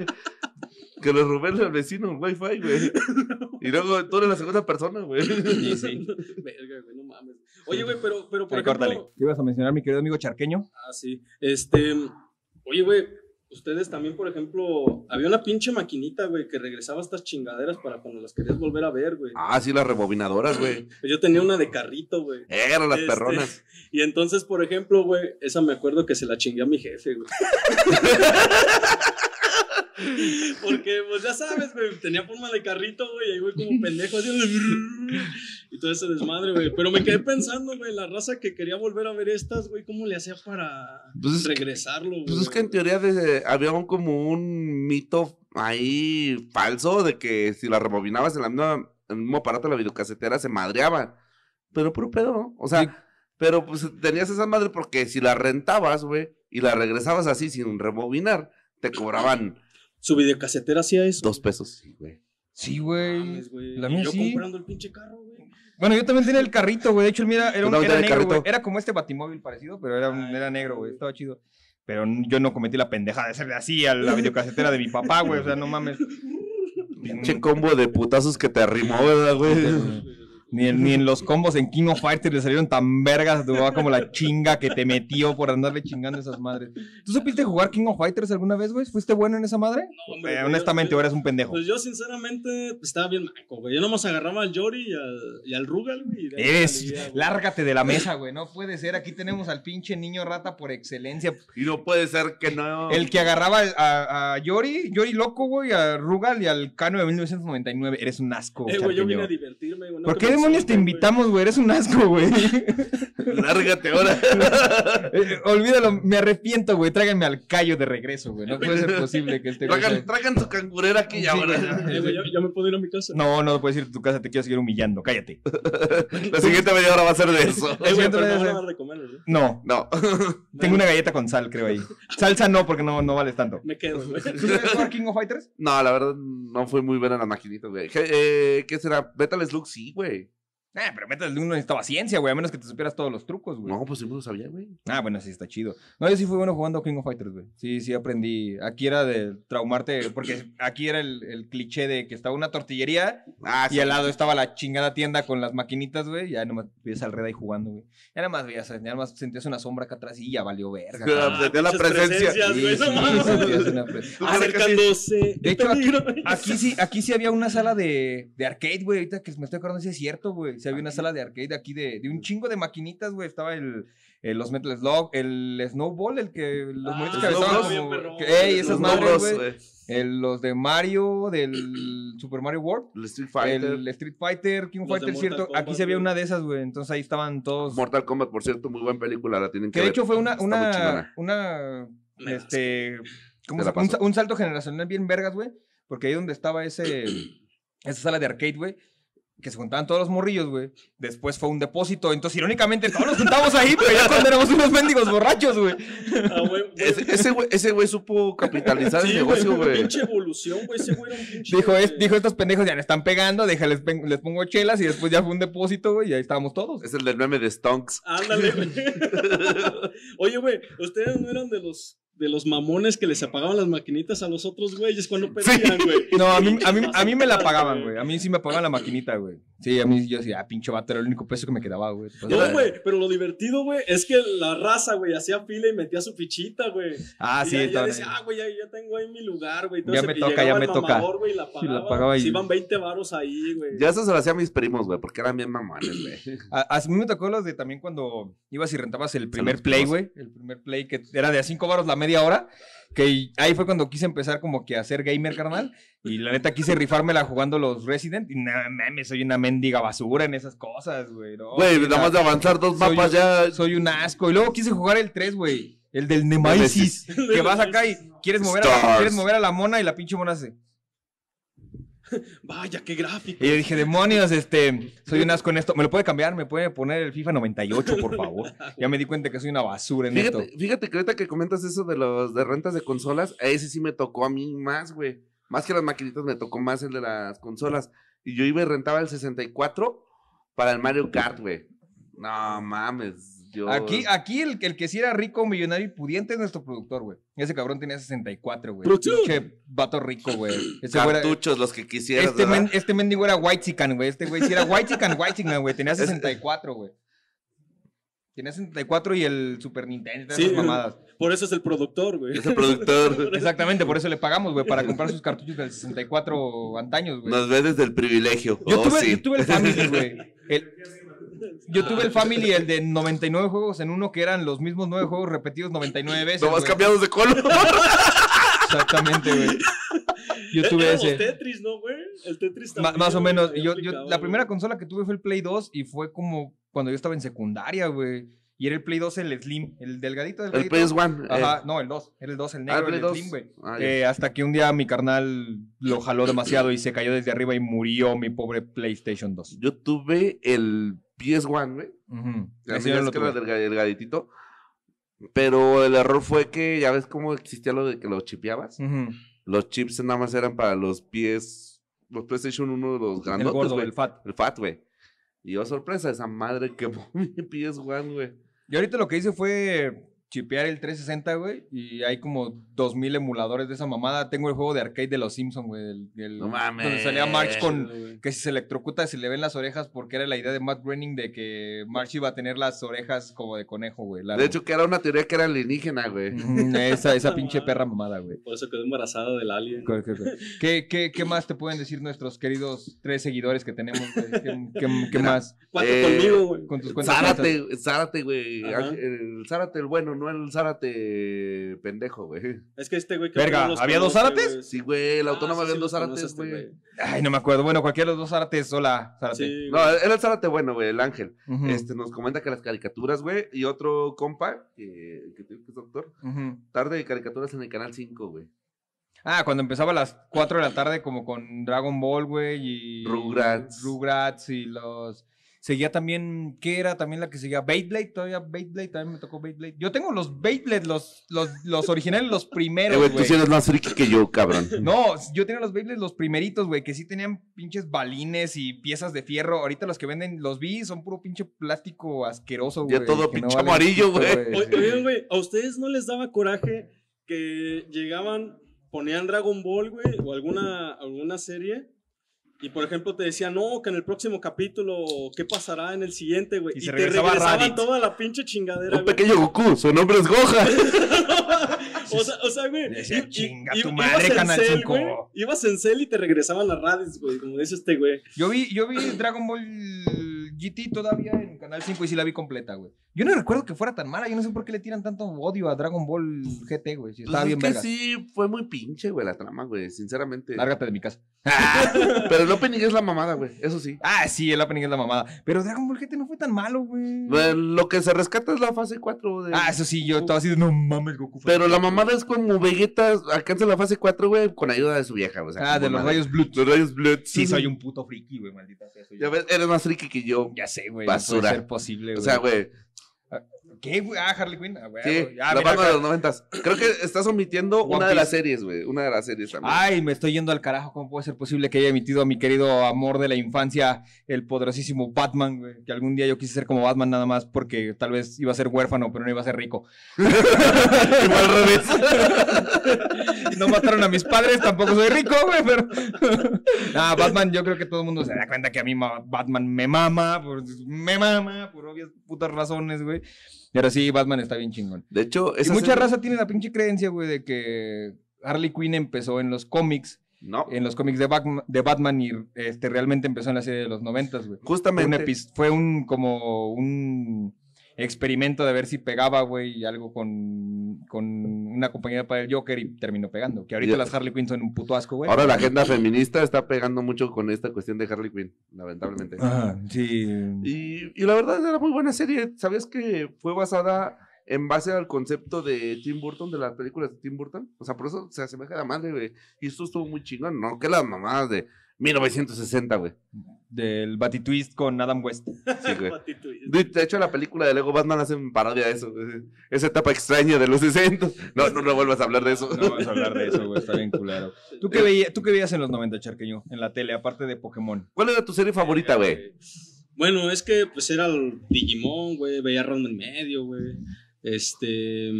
C: Que le robé al vecino el wifi, güey. Y luego tú eres la segunda persona, güey.
B: Sí, sí.
A: Verga, güey, no mames. Oye, güey, pero, pero por
B: Ahí,
A: ejemplo,
B: córtale. ¿Qué ibas a mencionar, mi querido amigo charqueño?
A: Ah, sí. Este, oye, güey, ustedes también, por ejemplo, había una pinche maquinita, güey, que regresaba estas chingaderas para cuando las querías volver a ver, güey.
C: Ah, sí, las rebobinadoras, güey.
A: Pues Yo tenía una de carrito, güey.
C: Eran las
A: Este,
C: perronas.
A: Y entonces, por ejemplo, güey, esa me acuerdo que se la chingué a mi jefe, güey. Porque, pues ya sabes, güey, tenía forma de carrito, güey, y ahí, güey, como pendejo, así, y todo ese desmadre, güey. Pero me quedé pensando, güey, la raza que quería volver a ver estas, güey, ¿cómo le hacía para
C: Pues es que-
A: regresarlo, güey?
C: Pues es que en teoría de- había un, como un mito ahí falso de que si la rebobinabas en, la misma, en el mismo aparato de la videocasetera se madreaba. Pero puro pedo. O sea,
B: Sí.
C: pero pues tenías esa madre porque si la rentabas, güey, y la regresabas así sin rebobinar, te cobraban
A: Su videocasetera hacía eso.
C: dos pesos. Sí, güey.
B: Sí,
A: Mames, güey.
B: La
A: Y
B: mía
A: yo
B: sí.
A: comprando el pinche carro, güey.
B: Bueno, yo también tenía el carrito, güey. De hecho, mira, era,
C: Yo
B: un,
C: también
B: era
C: tenía el
B: negro, güey.
C: carrito.
B: Era como este batimóvil parecido, pero era, un-
A: Ay,
B: era negro, güey.
A: güey.
B: Estaba chido. Pero n- yo no cometí la pendejada de hacerle así a la videocasetera de mi papá, güey. O sea, no mames.
C: Pinche combo de putazos que te arrimó, ¿verdad, güey?
B: Ni, en- ni en los combos en King of Fighters le salieron tan vergas, tu mamá, como la chinga que te metió por andarle chingando esas madres. ¿Tú supiste jugar King of Fighters alguna vez, güey? ¿Fuiste bueno en esa madre?
A: No,
B: Eh,
A: hombre, güey,
B: honestamente,
A: yo-
B: o eres un pendejo.
A: Pues yo, sinceramente, pues, estaba bien maco, güey. Yo nomás agarraba al Yori y al, y al Rugal, güey. y de ahí
B: Eres,
A: salía, güey.
B: lárgate de la mesa, güey. No puede ser. Aquí tenemos al pinche niño rata por excelencia.
C: Y no puede ser que no.
B: El que agarraba a, a Yori, Yori loco, güey, a Rugal y al Cano de 1999. Eres un asco,
A: Eh, güey, yo vine a
B: Charquiño.
A: divertirme, güey. no
B: ¿Por
A: que
B: qué
A: me
B: demonios te
A: insulten,
B: invitamos, güey? Eres un asco, güey.
C: Lárgate ahora.
B: Eh, Olvídalo, me arrepiento, güey. Tráiganme al callo de regreso, güey. No puede ser posible que este güey.
C: Tragan,
B: sea-
C: tragan su cangurera aquí y ahora.
A: güey. Eh, güey, ya, ya me puedo ir a mi casa.
B: No, no puedes ir a tu casa, te quiero seguir humillando. Cállate.
C: La siguiente media hora va a ser de eso.
A: Eh, güey,
B: siento,
A: pero
B: ya
A: no me ¿eh?
B: sé.
A: van a recomendar, güey.
B: No,
C: No.
B: tengo una galleta con sal, creo ahí. Salsa no, porque no, no vales tanto.
A: Me quedo, güey.
B: ¿Tú sabes jugar King of Fighters?
C: No, la verdad, no fue muy buena la maquinita, güey. Je- eh, ¿Qué será? Metal Slug, sí, güey.
B: Eh, pero métale uno necesitaba ciencia, güey, a menos que te supieras todos los trucos, güey.
C: No, pues sí me lo sabía, güey.
B: Ah, bueno, sí está chido. No, yo sí fui bueno jugando King of Fighters, güey. Sí, sí aprendí. Aquí era de traumarte, porque aquí era el, el cliché de que estaba una tortillería
C: Ah,
B: y al lado estaba la chingada tienda con las maquinitas, güey. Ya nomás veías al red ahí jugando, güey. Ya nada más veías, ya nada más sentías una sombra acá atrás y ya valió verga.
C: Ah,
B: cabrón.
C: sentía la
A: muchas
C: presencia.
A: presencias,
B: Sí,
A: güey,
B: sí,
A: no mames.
B: sentías una pres-
C: Tú crees que sí.
A: Ah, Acercándose.
B: De hecho,
A: peligro.
B: Aquí sí, aquí sí había una sala de, de arcade, güey. Ahorita que me estoy acordando, sí es cierto, güey. Sí había una sala de arcade aquí de, de un chingo de maquinitas, güey. Estaba el, el- los Metal Slug, el Snowball, el que los
A: Ah,
B: monitos que
C: Snow
B: aventaban
C: Bros.
A: Bien
B: como-
A: perrón.
B: que- ey, esas
C: Los
A: madres,
C: Bros,
B: madres, güey.
C: güey.
B: El- Los de Mario, del Super Mario World.
C: El Street Fighter.
B: El Street Fighter, King of
A: Los de
B: Fighter,
A: Mortal
B: cierto. aquí
A: Kombat,
B: sí había
A: güey.
B: una de esas, güey. Entonces ahí estaban todos.
C: Mortal Kombat, por cierto, muy buena película, la tienen que,
B: que de
C: ver.
B: hecho fue una,
C: Está muy
B: una,
C: chingona.
B: una
A: Me das.
B: este, ¿cómo
C: Te
B: se-
C: la
B: un,
C: paso.
B: sa- un salto generacional bien vergas, güey. Porque ahí donde estaba ese, esa sala de arcade, güey, que se juntaban todos los morrillos, güey. Después fue un depósito. Entonces, irónicamente, todos nos juntábamos ahí, pero ya cuando éramos unos mendigos borrachos, güey.
A: Ah, güey, güey.
C: Ese- Ese güey ese güey supo capitalizar
A: Sí,
C: el negocio,
A: güey.
C: güey.
A: Pinche evolución, güey. Ese güey era un pinche.
B: Dijo, es-
A: güey.
B: dijo estos pendejos ya le están pegando, déjales, pen- les pongo chelas y después ya fue un depósito, güey, y ahí estábamos todos.
C: Es el del meme de Stonks.
A: Ándale, güey. Oye, güey, ustedes no eran de los de los mamones que les apagaban las maquinitas a los otros güeyes cuando pedían, güey.
B: No, a mí, a, mí, a mí me la pagaban, güey. A mí sí me pagaban la maquinita, güey. Sí, a mí yo decía, ah, pinche vato, era el único peso que me quedaba, güey. Pues,
A: No, güey, pero lo divertido, güey, es que la raza, güey, hacía fila y metía su fichita, güey.
B: Ah,
A: Y
B: sí,
A: ya, ya
B: estaban
A: decía,
B: ahí.
A: ah, güey, ya, ya tengo ahí mi lugar, güey.
B: Ya me toca, ya me toca.
A: Y la
B: Sí, la
A: pagaba,
B: pagaba
A: güey.
B: y-
A: Se iban 20 varos ahí, güey.
C: Ya eso se lo hacía a mis primos, güey, porque eran bien mamones, güey.
B: A, a mí me tocó los de también cuando ibas y rentabas el primer
C: los
B: play,
C: primos.
B: güey. El primer play que era de a 5 baros la media hora. Que ahí fue cuando quise empezar como que a ser gamer, carnal. Y la neta quise rifármela jugando los Resident. Y nada, mames, soy una mendiga basura en esas cosas, güey. no,
C: Güey,
B: soy
C: nada más de avanzar dos
B: Oh, soy
C: mapas
B: yo-
C: ya.
B: Soy un asco. Y luego quise jugar el 3, güey. El del Nemesis. que vas acá y quieres mover, a la,
C: Stars.
B: quieres mover a la mona y la pinche mona hace.
A: Vaya, qué gráfico.
B: Y yo dije, demonios, este, soy un asco en esto. ¿Me lo puede cambiar? ¿Me puede poner el FIFA 98, por favor? Ya me di cuenta que soy una basura en esto.
C: Fíjate, fíjate que ahorita que comentas eso de los de rentas de consolas, a ese sí me tocó a mí más, güey. Más que las maquinitas, me tocó más el de las consolas. Y yo iba y rentaba el 64 para el Mario Kart, güey. No mames. Yo...
B: Aquí, ah, aquí el, el que sí era rico, millonario y pudiente es nuestro productor, güey. Ese cabrón tenía 64, güey.
A: Productor.
B: Pinche vato rico, güey. Ese güey era-
C: cartuchos, los que quisieras.
B: eh, este,
C: ¿verdad?
B: men- este mendigo era whitezican, güey. Este güey sí era whitezican, whitezican, güey. Tenía 64, güey. Tenía 64 y el Super Nintendo,
A: Sí,
B: esas mamadas.
A: Por eso es el productor, güey.
C: Es el productor.
B: Exactamente, por eso le pagamos, güey, para comprar sus cartuchos del 64 antaños, güey.
C: Nos ve desde el privilegio.
B: Yo,
C: Oh,
B: tuve,
C: sí.
B: yo tuve el Family, güey. El- yo tuve el Family, el de 99 juegos en uno, que eran los mismos 9 juegos repetidos 99 veces.
C: Nomás
B: güey.
C: cambiados de color.
B: Exactamente, güey. Yo tuve
A: Eh, Éramos
B: ese.
A: Tetris, ¿no, güey? El Tetris
B: Ma-
A: también.
B: más o
A: güey,
B: menos.
A: ahí
B: Yo, yo-
A: aplicaba,
B: la primera
A: güey.
B: consola que tuve fue el Play 2 y fue como cuando yo estaba en secundaria, güey. Y era el Play 2 el Slim, el delgadito del
C: El PS1.
B: Ajá, no, el 2. Era el 2, el
C: Ah,
B: negro,
C: Play
B: el,
C: 2.
B: Slim, güey.
C: eh, Ah, ya.
B: Eh, hasta que un día mi carnal lo jaló demasiado y se cayó desde arriba y murió mi pobre PlayStation 2.
C: Yo tuve el PS1, güey.
B: Ujú. Ese
C: Ya ves
B: yo no lo
C: que era
B: tuve.
C: delga- delgaditito. Pero el error fue que ya ves cómo existía lo de que lo chipeabas.
B: Ujú.
C: Los chips nada más eran para los pies. Los PlayStation 1, los
B: El
C: grandotes,
B: gordo,
C: güey.
B: el fat.
C: El fat, güey. Y yo, sorpresa, esa madre quemó mi PS1, güey.
B: Y ahorita lo que hice fue chipear el 360, güey, y hay como 2000 emuladores de esa mamada. Tengo el juego de arcade de los Simpsons, güey. el- el-
C: No mames.
B: Donde salía March con,
A: güey.
B: que si se electrocuta se le ven las orejas porque era la idea de Matt Groening de que March iba a tener las orejas como de conejo, güey.
C: De hecho, que era una teoría que era alienígena, güey.
B: Mm, esa, esa pinche perra mamada, güey.
A: Por eso quedó embarazada del alien.
B: Co- co- co- ¿Qué, qué, ¿Qué más te pueden decir nuestros queridos tres seguidores que tenemos? güey? ¿Qué, qué- qué más?
A: Cuatro
C: Eh,
A: conmigo, güey.
B: Con tus cuentas. falsas.
C: Zárate, Zárate, güey.
A: Ajá.
C: El Zárate el bueno, no el Zárate pendejo, güey.
A: Es que este güey que
B: Verga,
A: no los
B: ¿había dos
A: conoce,
B: Zárates?
A: güey.
C: Sí, güey, el
A: Ah,
C: autónoma
A: sí,
C: había
A: sí
C: dos
A: los conoce
C: Zárates,
A: este
C: güey.
B: Ay, no me acuerdo. Bueno, cualquiera de los dos artes. Hola, Zárate.
A: Sí,
C: No, eh,
A: güey.
C: era el Zárate bueno, güey, el ángel.
B: Ujú,
C: Este, nos comenta que las caricaturas, güey, y otro compa, que, que te digo que es doctor,
B: ujú.
C: tarde de caricaturas en el canal 5, güey.
B: Ah, cuando empezaba a las 4 de la tarde, como con Dragon Ball, güey, y.
C: Rugrats.
B: Rugrats y los. Seguía también. ¿Qué era también la que seguía? Beyblade, todavía Beyblade, también me tocó Beyblade. Yo tengo los Beyblade, los, los, los originales, los
C: Eh,
B: primeros. Eh, güey.
C: eres más friki que yo, cabrón.
B: No, yo tenía los Beyblades, los primeritos, güey, que sí tenían pinches balines y piezas de fierro. Ahorita los que venden, los vi, son puro pinche plástico asqueroso, güey.
C: Ya todo
B: que
C: pinche
B: valen
C: amarillo,
B: pito,
C: güey.
A: O- Oigan, güey, ¿a ustedes no les daba coraje que llegaban, ponían Dragon Ball, güey, o alguna, alguna serie? Y por ejemplo te decían, no, que en el próximo capítulo, ¿qué pasará en el siguiente, güey?
B: Y
A: Y,
B: se
A: te
B: regresaba a
A: regresaban
B: Raditz.
A: toda la pinche chingadera, güey.
C: Goku, su nombre es Goja.
A: o sea, o sea, güey.
B: Decía,
A: i- i-
B: "Chinga
A: i-
B: tu
A: ibas
B: madre,
A: en
B: Canal
A: Cell,
B: 5".
A: güey, Ibas en cel y te regresaban las Raditz, güey, como dice este güey.
B: Yo vi, yo vi Dragon Ball GT todavía en Canal 5 y sí la vi completa, güey. Yo no recuerdo que fuera tan mala. Yo no sé por qué le tiran tanto odio a Dragon Ball GT, güey. Si
C: Pues
B: estaba
C: es
B: bien
C: que
B: verga.
C: sí, fue muy pinche, güey, la trama, güey, sinceramente.
B: Lárgate de mi casa.
C: Pero el opening es la mamada, güey, eso sí.
B: Ah, sí, el opening es la mamada. Pero Dragon Ball GT no fue tan malo, güey.
C: Bueno, Lo que se rescata es la fase 4 de...
B: Ah, eso sí, yo estaba así de no mames, Goku. fue
C: Pero la
B: mejor".
C: mamada es como Vegeta alcanza la fase 4, güey, con ayuda de su vieja, güey. o sea,
B: Ah, de
C: como
B: los
C: madre.
B: rayos Blue.
C: Los rayos Blood.
B: Sí, soy un puto friki, güey, maldita sea. soy
C: Ya
B: yo.
C: ves, eres más friki que yo.
B: Ya sé, güey. No
C: Basura.
B: puede ser posible, güey.
C: O sea, güey,
B: ¿Qué, güey? Ah, Harley Quinn. Ah, güey.
C: sí,
B: ah,
C: la
B: mira
C: banda
B: acá.
C: de los noventas. Creo que estás omitiendo
B: One
C: una de las
B: Piece.
C: series, güey. Una de las series también.
B: Ay, me estoy yendo al carajo. ¿Cómo puede ser posible que haya emitido a mi querido amor de la infancia, el poderosísimo Batman, güey? Que algún día yo quise ser como Batman nada más porque tal vez iba a ser huérfano, pero no iba a ser rico.
C: Igual al revés.
B: Y no mataron a mis padres, tampoco soy rico, güey, pero... Ah, Batman, yo creo que todo el mundo se da cuenta que a mí ma- Batman me mama, por- me mama, por obvias putas razones, güey. Pero sí, Batman está bien chingón.
C: De hecho,
B: Y
C: esa
B: mucha
C: serie-
B: raza tiene la pinche creencia, güey, de que Harley Quinn empezó en los cómics,
C: No,
B: en los cómics de, Batman- de Batman y este, realmente empezó en la serie de los noventas, güey. Fue, un
C: justamente.
B: epi- fue un como un experimento de ver si pegaba, güey, y algo con, con una compañía para el Joker y terminó pegando. Que ahorita
C: Ya.
B: las Harley Quinn son un puto asco, güey.
C: Ahora la agenda feminista está pegando mucho con esta cuestión de Harley Quinn, lamentablemente.
B: Ajá, sí.
C: Y, y la verdad era muy buena serie. ¿Sabías que fue basada en base al concepto de Tim Burton, de las películas de Tim Burton? O sea, por eso se asemeja a la madre, güey. Y esto estuvo muy chingón, ¿no? Que las mamadas de 1960, güey.
B: Del Batitwist con Adam West.
C: Sí, güey.
A: Patito, y-
C: De de hecho, la película de Lego Batman hacen parodia de eso. güey. Esa etapa extraña de los 60. No, no, no vuelvas a hablar de eso.
B: No vamos a hablar de eso, güey. Está bien culero. ¿Tú
C: Eh,
B: qué, veía- ¿Tú qué veías en los 90, Charqueño? En la tele, aparte de Pokémon.
C: ¿Cuál era tu serie favorita, güey?
A: Bueno, es que pues era el Digimon, güey, veía Ranma en medio, güey. Este.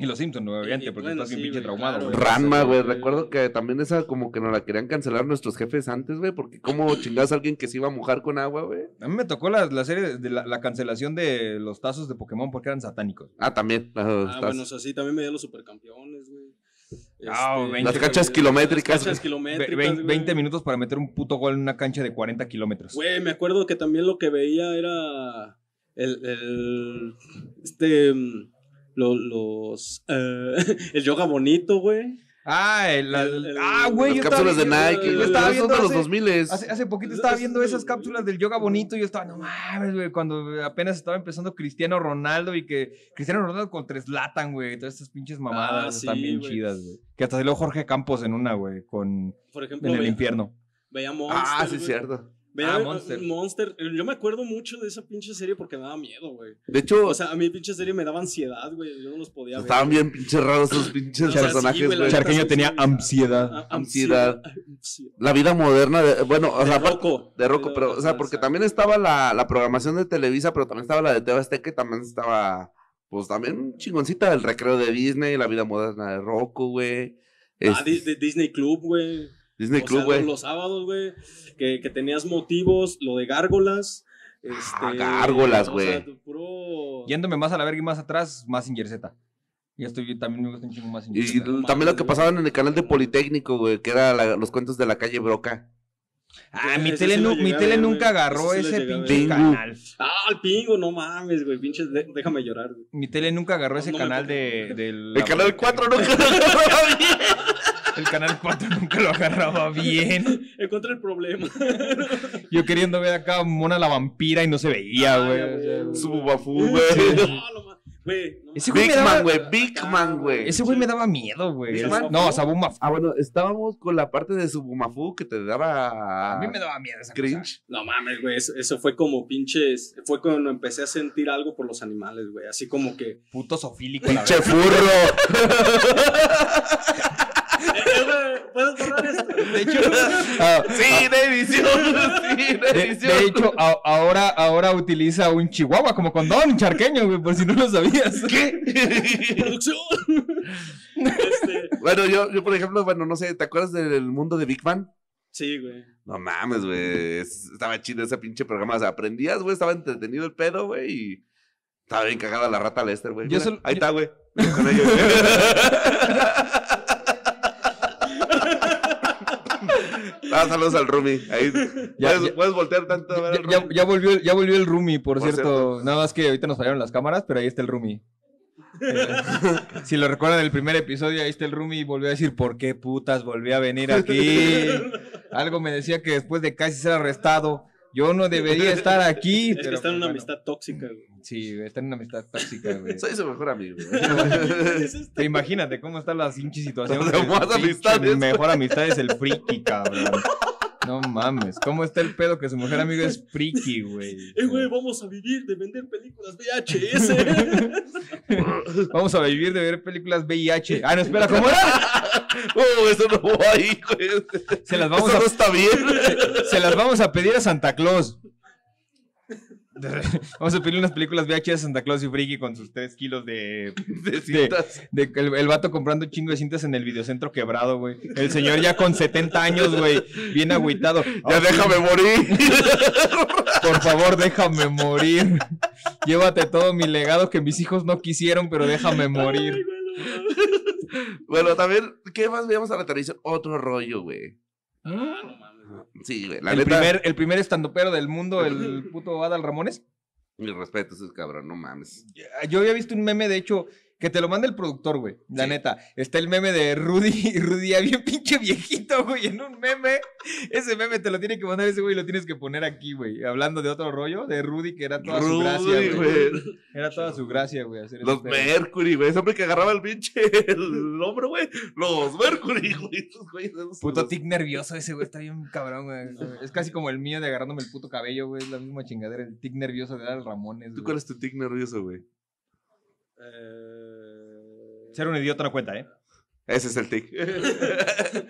B: Y los Simpsons, no, obviamente,
A: Y-
B: porque
A: bueno,
B: estás bien
A: sí,
B: pinche
A: güey,
B: traumado,
A: claro.
B: güey.
C: Ranma, güey.
A: Sí, güey.
C: Recuerdo que también esa como que nos la querían cancelar nuestros jefes antes, güey. Porque cómo chingas a alguien que se iba a mojar con agua, güey.
B: A mí me tocó la, la serie de- de la, la cancelación de los tazos de Pokémon porque eran satánicos.
C: Ah, también. las-
A: Ah,
C: las-
A: bueno, o sea, sí, también veía los supercampeones, güey.
B: Ah,
A: Este,
B: veinte, Las
C: canchas
A: güey,
C: kilométricas,
A: Las canchas
B: Ve-
A: kilométricas.
B: vein-
A: güey.
B: 20 minutos para meter un puto gol en una cancha de 40 kilómetros.
A: Güey, me acuerdo que también lo que veía era. El. el- este. mm, lo- los. eh, el yoga bonito, güey.
B: Ah, el- la-
A: El- el-
B: ah, güey.
C: las
B: yo
C: cápsulas de
B: estaba viendo-
C: Nike.
B: Yo
C: güey,
B: estaba
C: son
B: viendo
C: de los
B: hace-
C: 2000
B: Hace, hace poquito estaba
A: Esas-
B: viendo esas cápsulas del yoga bonito y yo estaba, no mames, güey, cuando apenas estaba empezando Cristiano Ronaldo y que Cristiano Ronaldo contra Slatan, güey, todas estas pinches mamadas
A: Ah,
B: están
A: sí,
B: bien
A: güey.
B: chidas, güey. Que hasta salió Jorge Campos en una, güey, con
A: Por ejemplo,
B: en el
A: veía,
B: infierno.
A: veía Monster.
C: Ah, sí,
A: güey.
C: cierto.
A: Veía
B: Ah,
A: eh,
B: Monster.
A: Monster. Yo me acuerdo mucho de esa pinche serie porque me daba miedo, güey.
C: De hecho,
A: O sea, a mí pinche serie me daba ansiedad, güey. Yo no los podía ver.
C: estaban bien pinches raros esos pinches
A: O sea, sí,
C: personajes,
A: güey, la
C: güey.
A: neta.
B: Charqueño tenía ansiedad.
A: Ah,
C: ansiedad.
A: ansiedad.
C: La vida moderna, de- bueno, o
A: De
C: sea, aparte-
A: Rocco.
C: de Rocco,
A: De-
C: pero, o sea, porque
A: exacto.
C: también estaba la, la programación de Televisa, pero también estaba la de TV Azteca y también estaba, pues también chingoncita, el recreo de Disney, la vida moderna de Rocco, güey.
A: Ah,
C: Es-
A: Di- de Disney Club, güey.
C: Disney
A: O
C: Club,
A: sea,
C: güey.
A: Los sábados, güey. Que, que tenías motivos, lo de gárgolas. Este,
C: Ah, gárgolas,
A: o
C: güey.
A: sea, tu puro.
B: Yéndome más a la verga y más atrás, más Z. Yo estoy, también me gusta un chingo más
C: Y
B: Z.
A: no
C: también
A: mames,
C: lo que
A: güey.
C: pasaban en el canal de Politécnico, güey, que era la- los cuentos de la calle Broca.
B: Ah, mi
A: Ese
B: tele,
A: sí lo
B: nu- mi
A: llegué a
B: tele
A: ver,
B: nunca
A: güey.
B: agarró
A: Ese sí lo
B: ese
A: llegué a ver.
B: pinche
C: Pingu.
B: canal.
A: Ah, el pingo, no mames, güey. Pinche, de- déjame llorar, güey.
B: Mi tele nunca agarró
A: No,
B: ese
A: no me
B: canal
A: tocó.
B: de, del...
C: El canal 4 no Pero
B: El canal 4 nunca lo agarraba bien.
A: Encontré el problema.
B: Yo queriendo ver acá a Mona la vampira y no se veía,
A: Ay,
B: güey.
A: güey.
B: o sea, güey.
C: Su bafú, güey.
A: No, no mames. Güey, no mames.
B: Ese güey me
C: Big
B: daba-
C: Man, güey, Big Man, güey.
B: Ese güey me daba miedo, güey.
A: ¿Big
B: El-
A: Man?
B: No, Sabuma.
C: Ah, bueno, estábamos con la parte de su bumafú que te daba...
B: A mí me daba miedo esa cosa.
C: Ah, Cringe.
A: No mames, güey, eso, eso fue como pinches, fue cuando empecé a sentir algo por los animales, güey, así como que...
B: Puto sofílico. la
C: Pinche furro.
A: ¿Puedes borrar esto?
B: verdad. De hecho, ah,
C: Sí, de edición. Sí, de
B: de,
C: edición.
B: de hecho a- ahora, ahora utiliza un chihuahua como condón charqueño, güey, por si no lo sabías.
A: ¡Producción! Este,
C: bueno, yo, yo, por ejemplo, bueno, no sé, ¿te acuerdas del mundo de Big Bang?
A: sí, güey.
C: No mames, güey. es- Estaba chido ese pinche programa. O sea, aprendías, güey. Estaba entretenido el pedo, güey. Y estaba bien cagada la rata Lester, güey.
B: Yo
C: Mira,
B: solo-
C: Ahí
B: yo-
C: está, güey. Mira con ello, güey. Ah, saludos al Rumi. Ahí
B: Ya,
C: puedes,
B: ya.
C: puedes voltear tanto a
B: Ya,
C: ver al
B: ya-
C: Rumi.
B: ya volvió, el- ya volvió el Rumi, por,
C: Por
B: cierto.
C: cierto.
B: Nada más que ahorita nos fallaron las cámaras, pero ahí está el Rumi. Eh, si lo recuerdan el primer episodio, ahí está el Rumi y volvió a decir, ¿por qué putas volví a venir aquí? Algo me decía que después de casi ser arrestado, yo no debería estar aquí.
A: Es que
B: pero, pues
A: está en una
B: bueno,
A: amistad tóxica, güey.
B: Sí, está en una amistad tóxica, güey.
C: Soy su mejor amigo.
A: Es
B: Te imagínate cómo está la pinche situación.
C: Las demás
B: Pinche
C: amistades.
B: Mejor amistad es el friki, cabrón. No mames, ¿cómo está el pedo que su mujer amiga es friki, güey?
A: Eh, güey, vamos a vivir de vender películas VHS.
B: Vamos a vivir de ver películas VIH. Ah, no, espera, ¿cómo era?
C: Oh, eso no va ahí, güey.
B: Se las vamos
C: Eso
B: a,
C: no está bien.
B: se las vamos a pedir a Santa Claus. Vamos a pedir unas películas VIH a Santa Claus y Friki con sus 3 kilos de,
C: Te sientas.
B: de- el, el vato comprando un chingo de cintas en el videocentro quebrado, güey. El señor ya con 70 años, güey, bien agüitado.
C: Ya
B: Ah,
C: déjame morir.
B: Por favor, déjame morir. Llévate todo mi legado que mis hijos no quisieron, pero déjame
A: Ay,
B: morir.
A: güey, no mames.
C: Bueno, también, ¿qué más veíamos a la televisión? Otro rollo, güey.
A: Ah, no mames, güey.
C: Sí, güey. La
B: El
C: neta,
B: primer, el primer estandopero del mundo, el puto Adal Ramones.
C: Mi respeto, ese cabrón, no mames.
B: Ah, Yo había visto un meme, de hecho, que te lo manda el productor, güey. La
C: Sí.
B: neta. Está el meme de Rudy, y Rudy ya bien pinche viejito, güey, en un meme. Ese meme te lo tiene que mandar ese güey y lo tienes que poner aquí, güey. Hablando de otro rollo, de Rudy, que era toda su
C: Rudy,
B: gracia, güey.
C: güey.
B: Era toda su gracia, güey. hacer ese
C: Los
B: pedo.
C: Mercury, güey. Siempre que agarraba el pinche el hombro, güey. Los Mercury, güey. Esos güeyes. esos-
B: Puto
C: los-
B: tic nervioso ese, güey. Está bien cabrón, güey. Es casi como el mío de agarrándome el puto cabello, güey. Es la misma chingadera. El tic nervioso de Adal Ramones,
C: ¿Tú
B: güey.
C: cuál es tu tic nervioso, güey?
A: Eh,
B: Ser un idiota no cuenta, ¿eh?
C: Ese es el tic.
B: pues,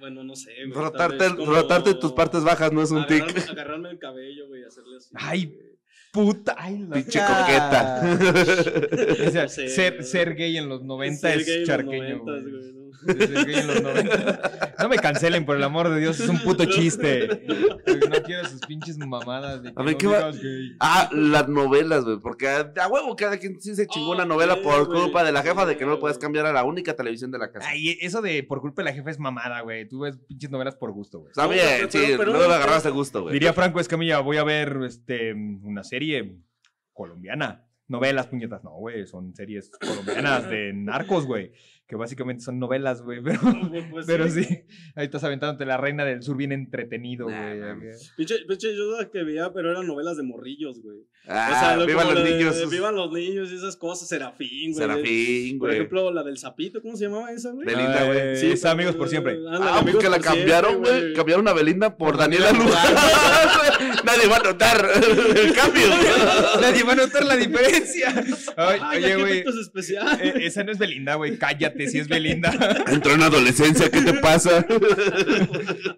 A: Bueno, no sé, güey. tal
C: rotarte,
A: vez como-
C: rotarte tus partes bajas no es un
A: agarrarme,
C: tic.
A: agarrarme el cabello, güey, y hacerle así.
B: Ay,
A: güey.
B: Puta, ay, la
C: Pinche
B: ya.
C: coqueta.
B: O sea,
A: No sé,
B: ser,
A: güey.
B: ser gay en los 90
A: Ser
B: es
A: gay en los
B: charqueño.
A: 90s,
B: güey.
A: güey, ¿no?
B: Ser gay en los 90. No me cancelen, por el amor de Dios, es un puto chiste. No quiero sus pinches mamadas de que
C: A ver,
B: no
C: ¿qué va-
B: digas gay.
C: Ah, las novelas, güey, porque a, a huevo cada quien sí se chingó
A: Oh,
C: una novela
A: sí,
C: por
A: güey,
C: culpa de la
A: sí,
C: jefa de que no lo puedes
A: güey.
C: cambiar a la única televisión de la casa.
B: Ay, e, eso de por culpa de la jefa es mamada, güey. Tú ves pinches novelas por gusto, güey.
C: Está
A: No,
C: bien,
A: pero-
C: sí,
A: pero- pero-
C: luego le agarraste gusto, güey.
B: Diría Franco Escamilla, voy a ver este, una serie colombiana. Novelas, puñetas, no, güey, son series colombianas de narcos, güey. que básicamente son novelas, güey, pero,
A: Pues
B: pero sí, ahí estás aventándote la reina del sur bien entretenido, güey.
C: Nah, mames.
A: Pinche, pinche yo las que veía, pero eran novelas de morrillos, güey.
C: Ah,
A: o sea, lo-
C: viva
A: como
C: los
A: la de-
C: niños.
A: Vivan los niños y esas cosas. Serafín, güey.
C: Serafín,
A: Por
C: güey.
A: ejemplo, la del sapito, ¿cómo se llamaba esa, güey?
C: Del- Belinda, güey.
B: Eh,
A: Sí,
B: es amigos por siempre.
A: ándale,
C: Ah,
A: Amigos
C: porque la
A: por siempre,
C: cambiaron, güey. Cambiaron a Belinda por Daniela Luján. Nadie va a notar el cambio.
B: Nadie va a notar la diferencia. Ay,
A: Ay,
B: oye,
A: oye,
B: güey.
A: efectos especiales.
B: eh, Esa no es Belinda, güey. Cállate, si es Belinda.
C: Entró en adolescencia, ¿qué te pasa?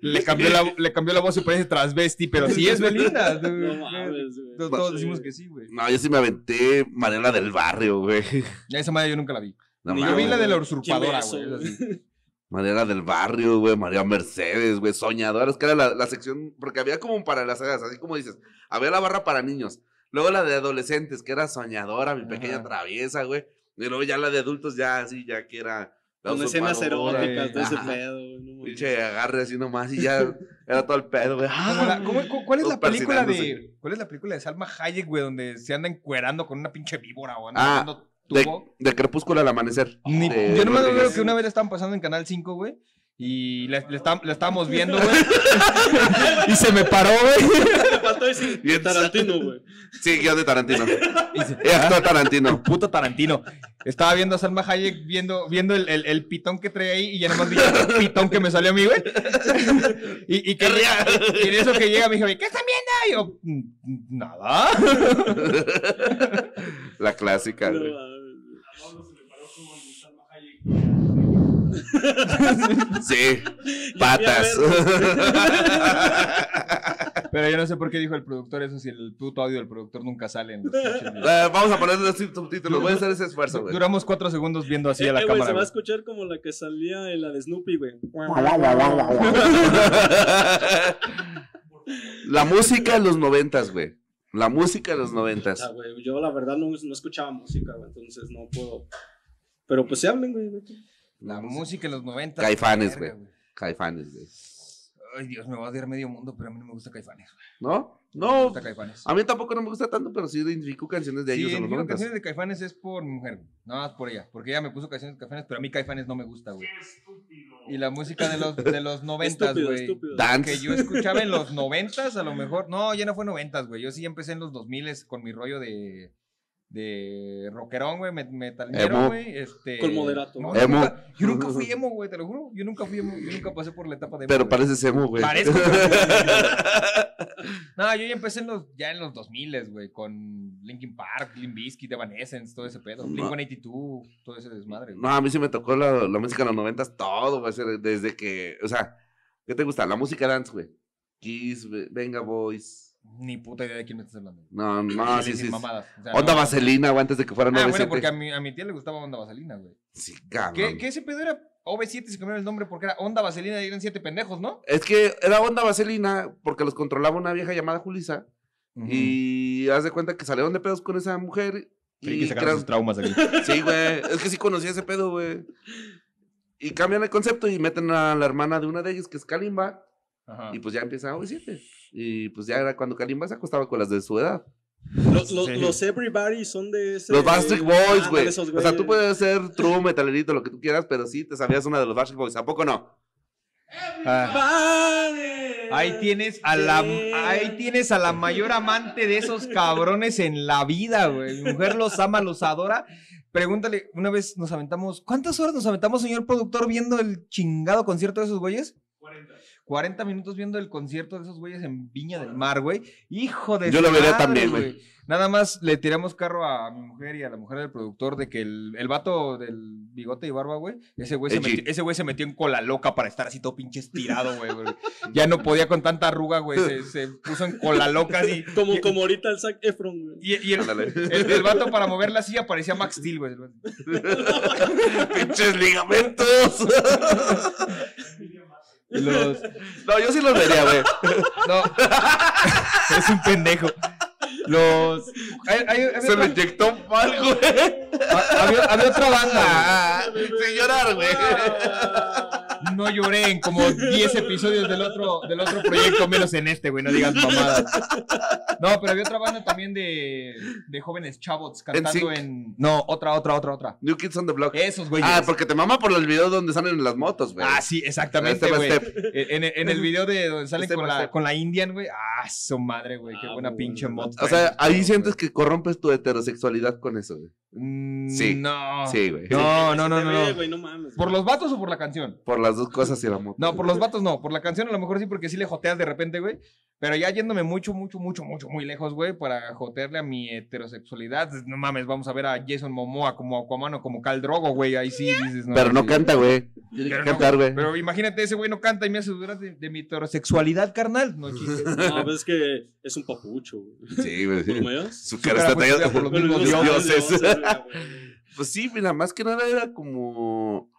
B: Le cambió la, le cambió la voz y parece transvesti, pero sí es Belinda.
A: No mames, Pues güey.
B: Todos, todos decimos que sí, güey.
C: No, yo sí me aventé Mariela del Barrio, güey.
B: Esa madre yo nunca la vi.
C: No,
A: Ni
B: Yo vi
C: mames.
B: la de la
A: ¿Quién ve
B: usurpadora,
A: eso,
B: güey.
A: güey?
B: es así.
C: Madera del Barrio, güey, María Mercedes, güey, Soñadoras, que era la, la sección, porque había como para las edades, así como dices, había la barra para niños, luego la de adolescentes, que era Soñadora, mi pequeña
B: Ajá.
C: traviesa, güey, y luego ya la de adultos, ya así, ya que era la
A: Con escenas
C: usurpadora,
A: eróticas, todo ese
C: ajá.
A: pedo, güey. no mames.
C: Pinche agarre así nomás y ya era todo el pedo, güey.
B: Como
C: Ah,
B: la- ¿cómo- cu- ¿Cuál es la
C: Todos
B: película de
C: persinándose.
B: cuál es la película de Salma Hayek, güey, donde se anda encuerando con una pinche víbora o
C: Ah,
B: anda dando
C: de,
B: tubo?
C: de crepúsculo al amanecer.
B: Ni-
C: de
B: yo nomás
C: Rodríguez.
B: veo que una vez la estaban pasando en Canal 5, güey. Y la, la está- la estábamos viendo, güey. y se me paró, güey.
A: Te faltó decir
C: Bien
A: Tarantino, güey.
C: Sí, guión de Tarantino.
B: Y se-
C: Y actúa Tarantino.
B: Puto Tarantino. Estaba viendo a Salma Hayek, viendo, viendo el, el- el pitón que trae ahí y ya nomás vi el pitón que me salió a mí, güey. Y, y que
C: Real.
B: y en eso que llega me dijo, ¿qué están viendo? Y yo, "Mm, nada.
C: La clásica,
A: No
C: güey.
A: mames.
C: Sí,
A: Ya
C: patas.
A: fui a ver,
B: Pero yo no sé por qué dijo el productor eso si el puto audio del productor nunca sale. en los pinches videos.
C: Eh, vamos a ponerle los subtítulos. Voy a hacer ese esfuerzo, güey.
B: Duramos cuatro segundos viendo así a la
A: Eh, güey,
B: cámara.
A: se va a
B: güey.
A: escuchar como la que salía en la de Snoopy, güey.
C: La música de los noventas, güey. La música de los
A: O sea,
C: noventas.
A: güey, yo la verdad no, no escuchaba música, güey, entonces no puedo. Pero pues se hablen, güey. de que-
B: La música en los 90.
C: Caifanes,
B: verga,
C: Caifanes, güey.
B: Ay, Dios, me va a odiar medio mundo, pero a mí no me gusta Caifanes. güey.
C: ¿No?
B: Me
C: No.
B: gusta Caifanes.
C: A mí tampoco no me gusta tanto, pero sí identifico canciones de
B: Sí,
C: ellos en los
B: digo
C: noventas.
B: canciones de Caifanes es por mi mujer, güey. nada más por ella, porque ella me puso canciones de Caifanes, pero a mí Caifanes no me gusta, güey. Y la música de los de los noventas,
A: Estúpido,
B: güey.
A: estúpido.
B: Que
C: Dance.
B: yo escuchaba en los noventas, a lo mejor. No, ya no fue noventas, güey. Yo sí empecé en los 2000 con mi rollo de de rockerón, güey, met- metalero,
C: Emo.
B: güey, este
A: Con moderato.
B: No,
C: Emo.
B: nunca- yo nunca fui emo, güey, te lo juro. Yo nunca fui emo, yo nunca pasé por la etapa de emo.
C: Pero
B: güey.
C: parece Semu, güey.
B: Parezco, pero- No, yo ya empecé en los, ya en los 2000, güey, con Linkin Park, Limp Bizkit, Evanescence, todo ese pedo.
C: No.
B: Blink 182, todo ese desmadre.
C: No, a mí sí me tocó la, la música de los noventas, todo, güey. ser- Desde que, o sea, ¿qué te gusta? La música dance, güey. Kiss, güey, Venga Boys.
B: Ni puta idea de quién me estás hablando.
C: No, no,
B: Déjale
C: Ah, sí,
B: sin
C: sí. sí.
B: mamadas. O sea,
C: Onda
B: no.
C: vaselina, güey, antes de que fuera
B: Ah,
C: 9
B: bueno, porque a mi, a mi tía le gustaba Onda Vaselina, güey.
C: Sí, cabrón.
B: Que, que ese pedo era OV7, se cambiaron el nombre porque era Onda Vaselina y eran siete pendejos, ¿no?
C: Es que era onda vaselina porque los controlaba una vieja llamada Julisa. Y haz de cuenta que salieron de pedos con esa mujer.
B: Creí
C: Y crearon-
B: traumas aquí.
C: Sí, güey. Es que sí conocía ese pedo, güey. Y cambian el concepto y meten a la hermana de una de ellas, que es Kalimba.
B: Ajá.
C: Y pues ya empieza OV7. Y pues ya era cuando Kalimba se acostaba con las de su edad.
A: Los, los,
B: Sí.
A: los Everybody son de ese.
C: Los Backstreet Boys,
A: Ándale,
C: güey.
A: esos
C: O sea, tú
A: güeyes.
C: puedes ser true, metalerito, lo que tú quieras, pero sí te sabías una de los Backstreet Boys. ¿A poco no?
B: Ah.
A: Vale.
B: Ahí tienes a la ahí tienes a la mayor amante de esos cabrones en la vida, güey. Mi mujer los ama, los adora. Pregúntale, una vez nos aventamos, ¿cuántas horas nos aventamos, señor productor, viendo el chingado concierto de esos güeyes? 40 minutos viendo el concierto de esos güeyes en Viña del Mar, güey. Hijo de
C: Yo
B: su
C: lo vería
B: madre,
C: también, güey.
B: Nada más le tiramos carro a mi mujer y a la mujer del productor de que el, el vato del bigote y barba, güey, ese güey, se
C: El G.
B: metió, ese güey se metió en cola loca para estar así todo pinche estirado, güey. güey. Ya no podía con tanta arruga, güey. Se, se puso en cola loca así.
A: Como,
B: y,
A: como ahorita el Zac Efron, güey.
B: y- y el,
C: Ándale.
B: el- el vato para mover la silla parecía Max Steel, güey.
C: Pinches ligamentos.
B: Y los-
C: No, yo sí los vería, güey.
B: No. es un pendejo. Los. hay- hay- había,
C: Se
B: otra,
C: me inyectó mal, güey. Ah,
B: ha- había- había otra banda.
C: Sin llorar, güey.
A: Ah.
B: no lloré en como 10 episodios del otro, del otro proyecto, menos en este, güey, no digas mamadas. No, pero había otra banda también de, de jóvenes chavos cantando
C: NSYNC.
B: en, No, otra, otra, otra, otra.
C: New Kids on the Block.
B: Esos, güey.
C: ah, porque te mama por el video donde salen en las motos, güey. Este
B: Ah, sí, exactamente,
C: Step by
B: güey. E,
C: step.
B: En, en- en el video de donde salen
C: Step
B: con
C: by
B: la,
C: step.
B: con la Indian, güey. Ah, su madre, güey. Qué
A: Ah,
B: buena
A: muy
B: pinche
A: buena.
B: moto.
C: O sea, ahí sientes que corrompes tu heterosexualidad con eso, güey.
B: Sí.
C: Sí.
B: Mm, No.
C: Sí, güey.
B: No, no,
A: Se
B: no,
A: te
B: no.
A: ve,
B: no.
A: güey, no mames.
B: ¿Por
A: güey.
B: los vatos o por la canción?
C: Por las dos cosas y la moto.
B: No, por los vatos no. Por la canción a lo mejor sí, porque sí le joteas de repente, güey. Pero ya yéndome mucho, mucho, mucho, mucho, muy lejos, güey, para jotearle a mi heterosexualidad. No mames, vamos a ver a Jason Momoa como Aquaman o como Cal Drogo, güey. Ahí sí dices,
C: Pero no
B: sí.
C: canta, güey.
B: Pero no,
C: Cantar, güey.
B: Pero imagínate, ese güey no canta y me hace dudar de, de mi heterosexualidad, carnal. No existe.
A: No, pues es que es un papucho, güey.
C: Sí, güey.
A: ¿Por
C: sí.
A: lo menos?
C: Su
B: cara
C: cara está
B: fue estudiada
C: tallada
B: por
C: pues, por
B: los
C: los
A: Pero
B: mismos
A: no
C: dioses.
A: sabe, no sabe,
C: Pues sí, mira, más que nada era como.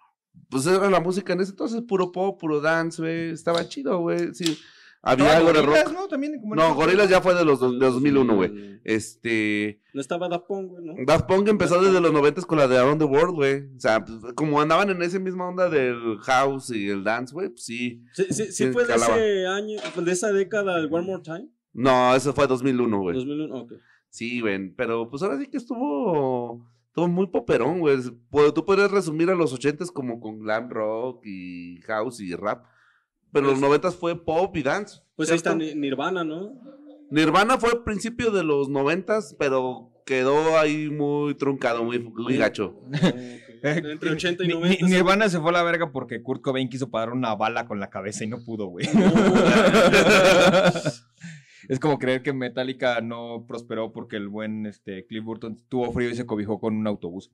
C: Pues era la música en ese entonces, puro pop, puro dance, güey. Estaba chido, güey. Sí. Había
B: No,
C: algo de
B: Gorillaz,
C: rock.
B: ¿no? También como
C: No, Gorilas ya fue de los, dos-
A: güey.
C: de 2001, güey. Mm. Este.
A: No estaba Dapón, güey, ¿no?
C: Daft Punk empezó desde los 90 con la de Around the World, güey. O sea, pues, como andaban en esa misma onda del house y el dance, güey, pues sí.
A: Sí, sí, sí
C: Sí,
A: fue de
C: calaba.
A: ese año, de esa década, el One More Time.
C: No, eso fue 2001, güey.
A: 2001, ok.
C: Sí, güey, pero pues ahora sí que estuvo, estuvo muy poperón, güey. Es- po- Tú podrías resumir a los ochentas como con glam rock y house y rap, pero los
A: Pues-
C: noventas fue pop y dance.
A: Pues ahí está
C: ¿cierto?
A: Ni- Nirvana, ¿no?
C: Nirvana fue al principio de los noventas, pero quedó ahí muy truncado, muy, muy gacho.
A: Entre 80 y
B: Eh, Ni-
A: 90.
B: Ni, Nirvana se fue a la verga porque Kurt Cobain quiso parar una bala con la cabeza y no pudo, güey. es como creer que Metallica no prosperó porque el buen este, Cliff Burton tuvo frío y se cobijó con un autobús.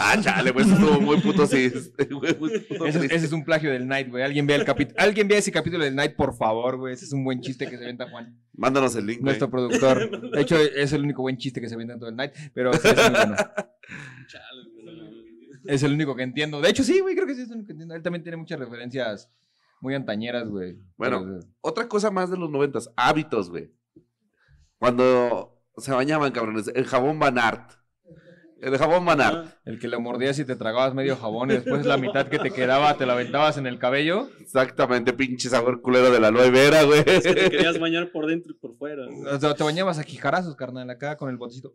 C: ah, chale, güey, eso estuvo muy puto sí. güey, muy puto
B: Ese,
C: triste.
B: ese es un plagio del Night, güey. Alguien vea el capítulo. Alguien vea ese capítulo del Night, por favor, güey. Ese es un buen chiste que se venta Juan,
C: Mándanos el link, güey.
B: nuestro productor. De hecho, es el único buen chiste que se venta en todo el Night, pero sí, es muy bueno.
A: Chale, güey, no mames.
B: Es el único que entiendo. De hecho, sí, güey, creo que sí es el único que entiendo. Él también tiene muchas referencias muy antañeras, güey.
C: Bueno.
B: Pero,
C: Otra cosa más de los noventas, hábitos, güey. Cuando se bañaban, cabrones, el jabón Van Aert. El jabón Van Aert.
A: Ah,
B: el que le mordías y te tragabas medio jabón y después la mitad que te quedaba te la aventabas en el cabello.
C: Exactamente, pinche sabor culero de la aloe vera, güey.
A: Es que te querías bañar por dentro y por fuera. güey.
B: O sea, te bañabas a jijarazos, carnal, acá con el botecito.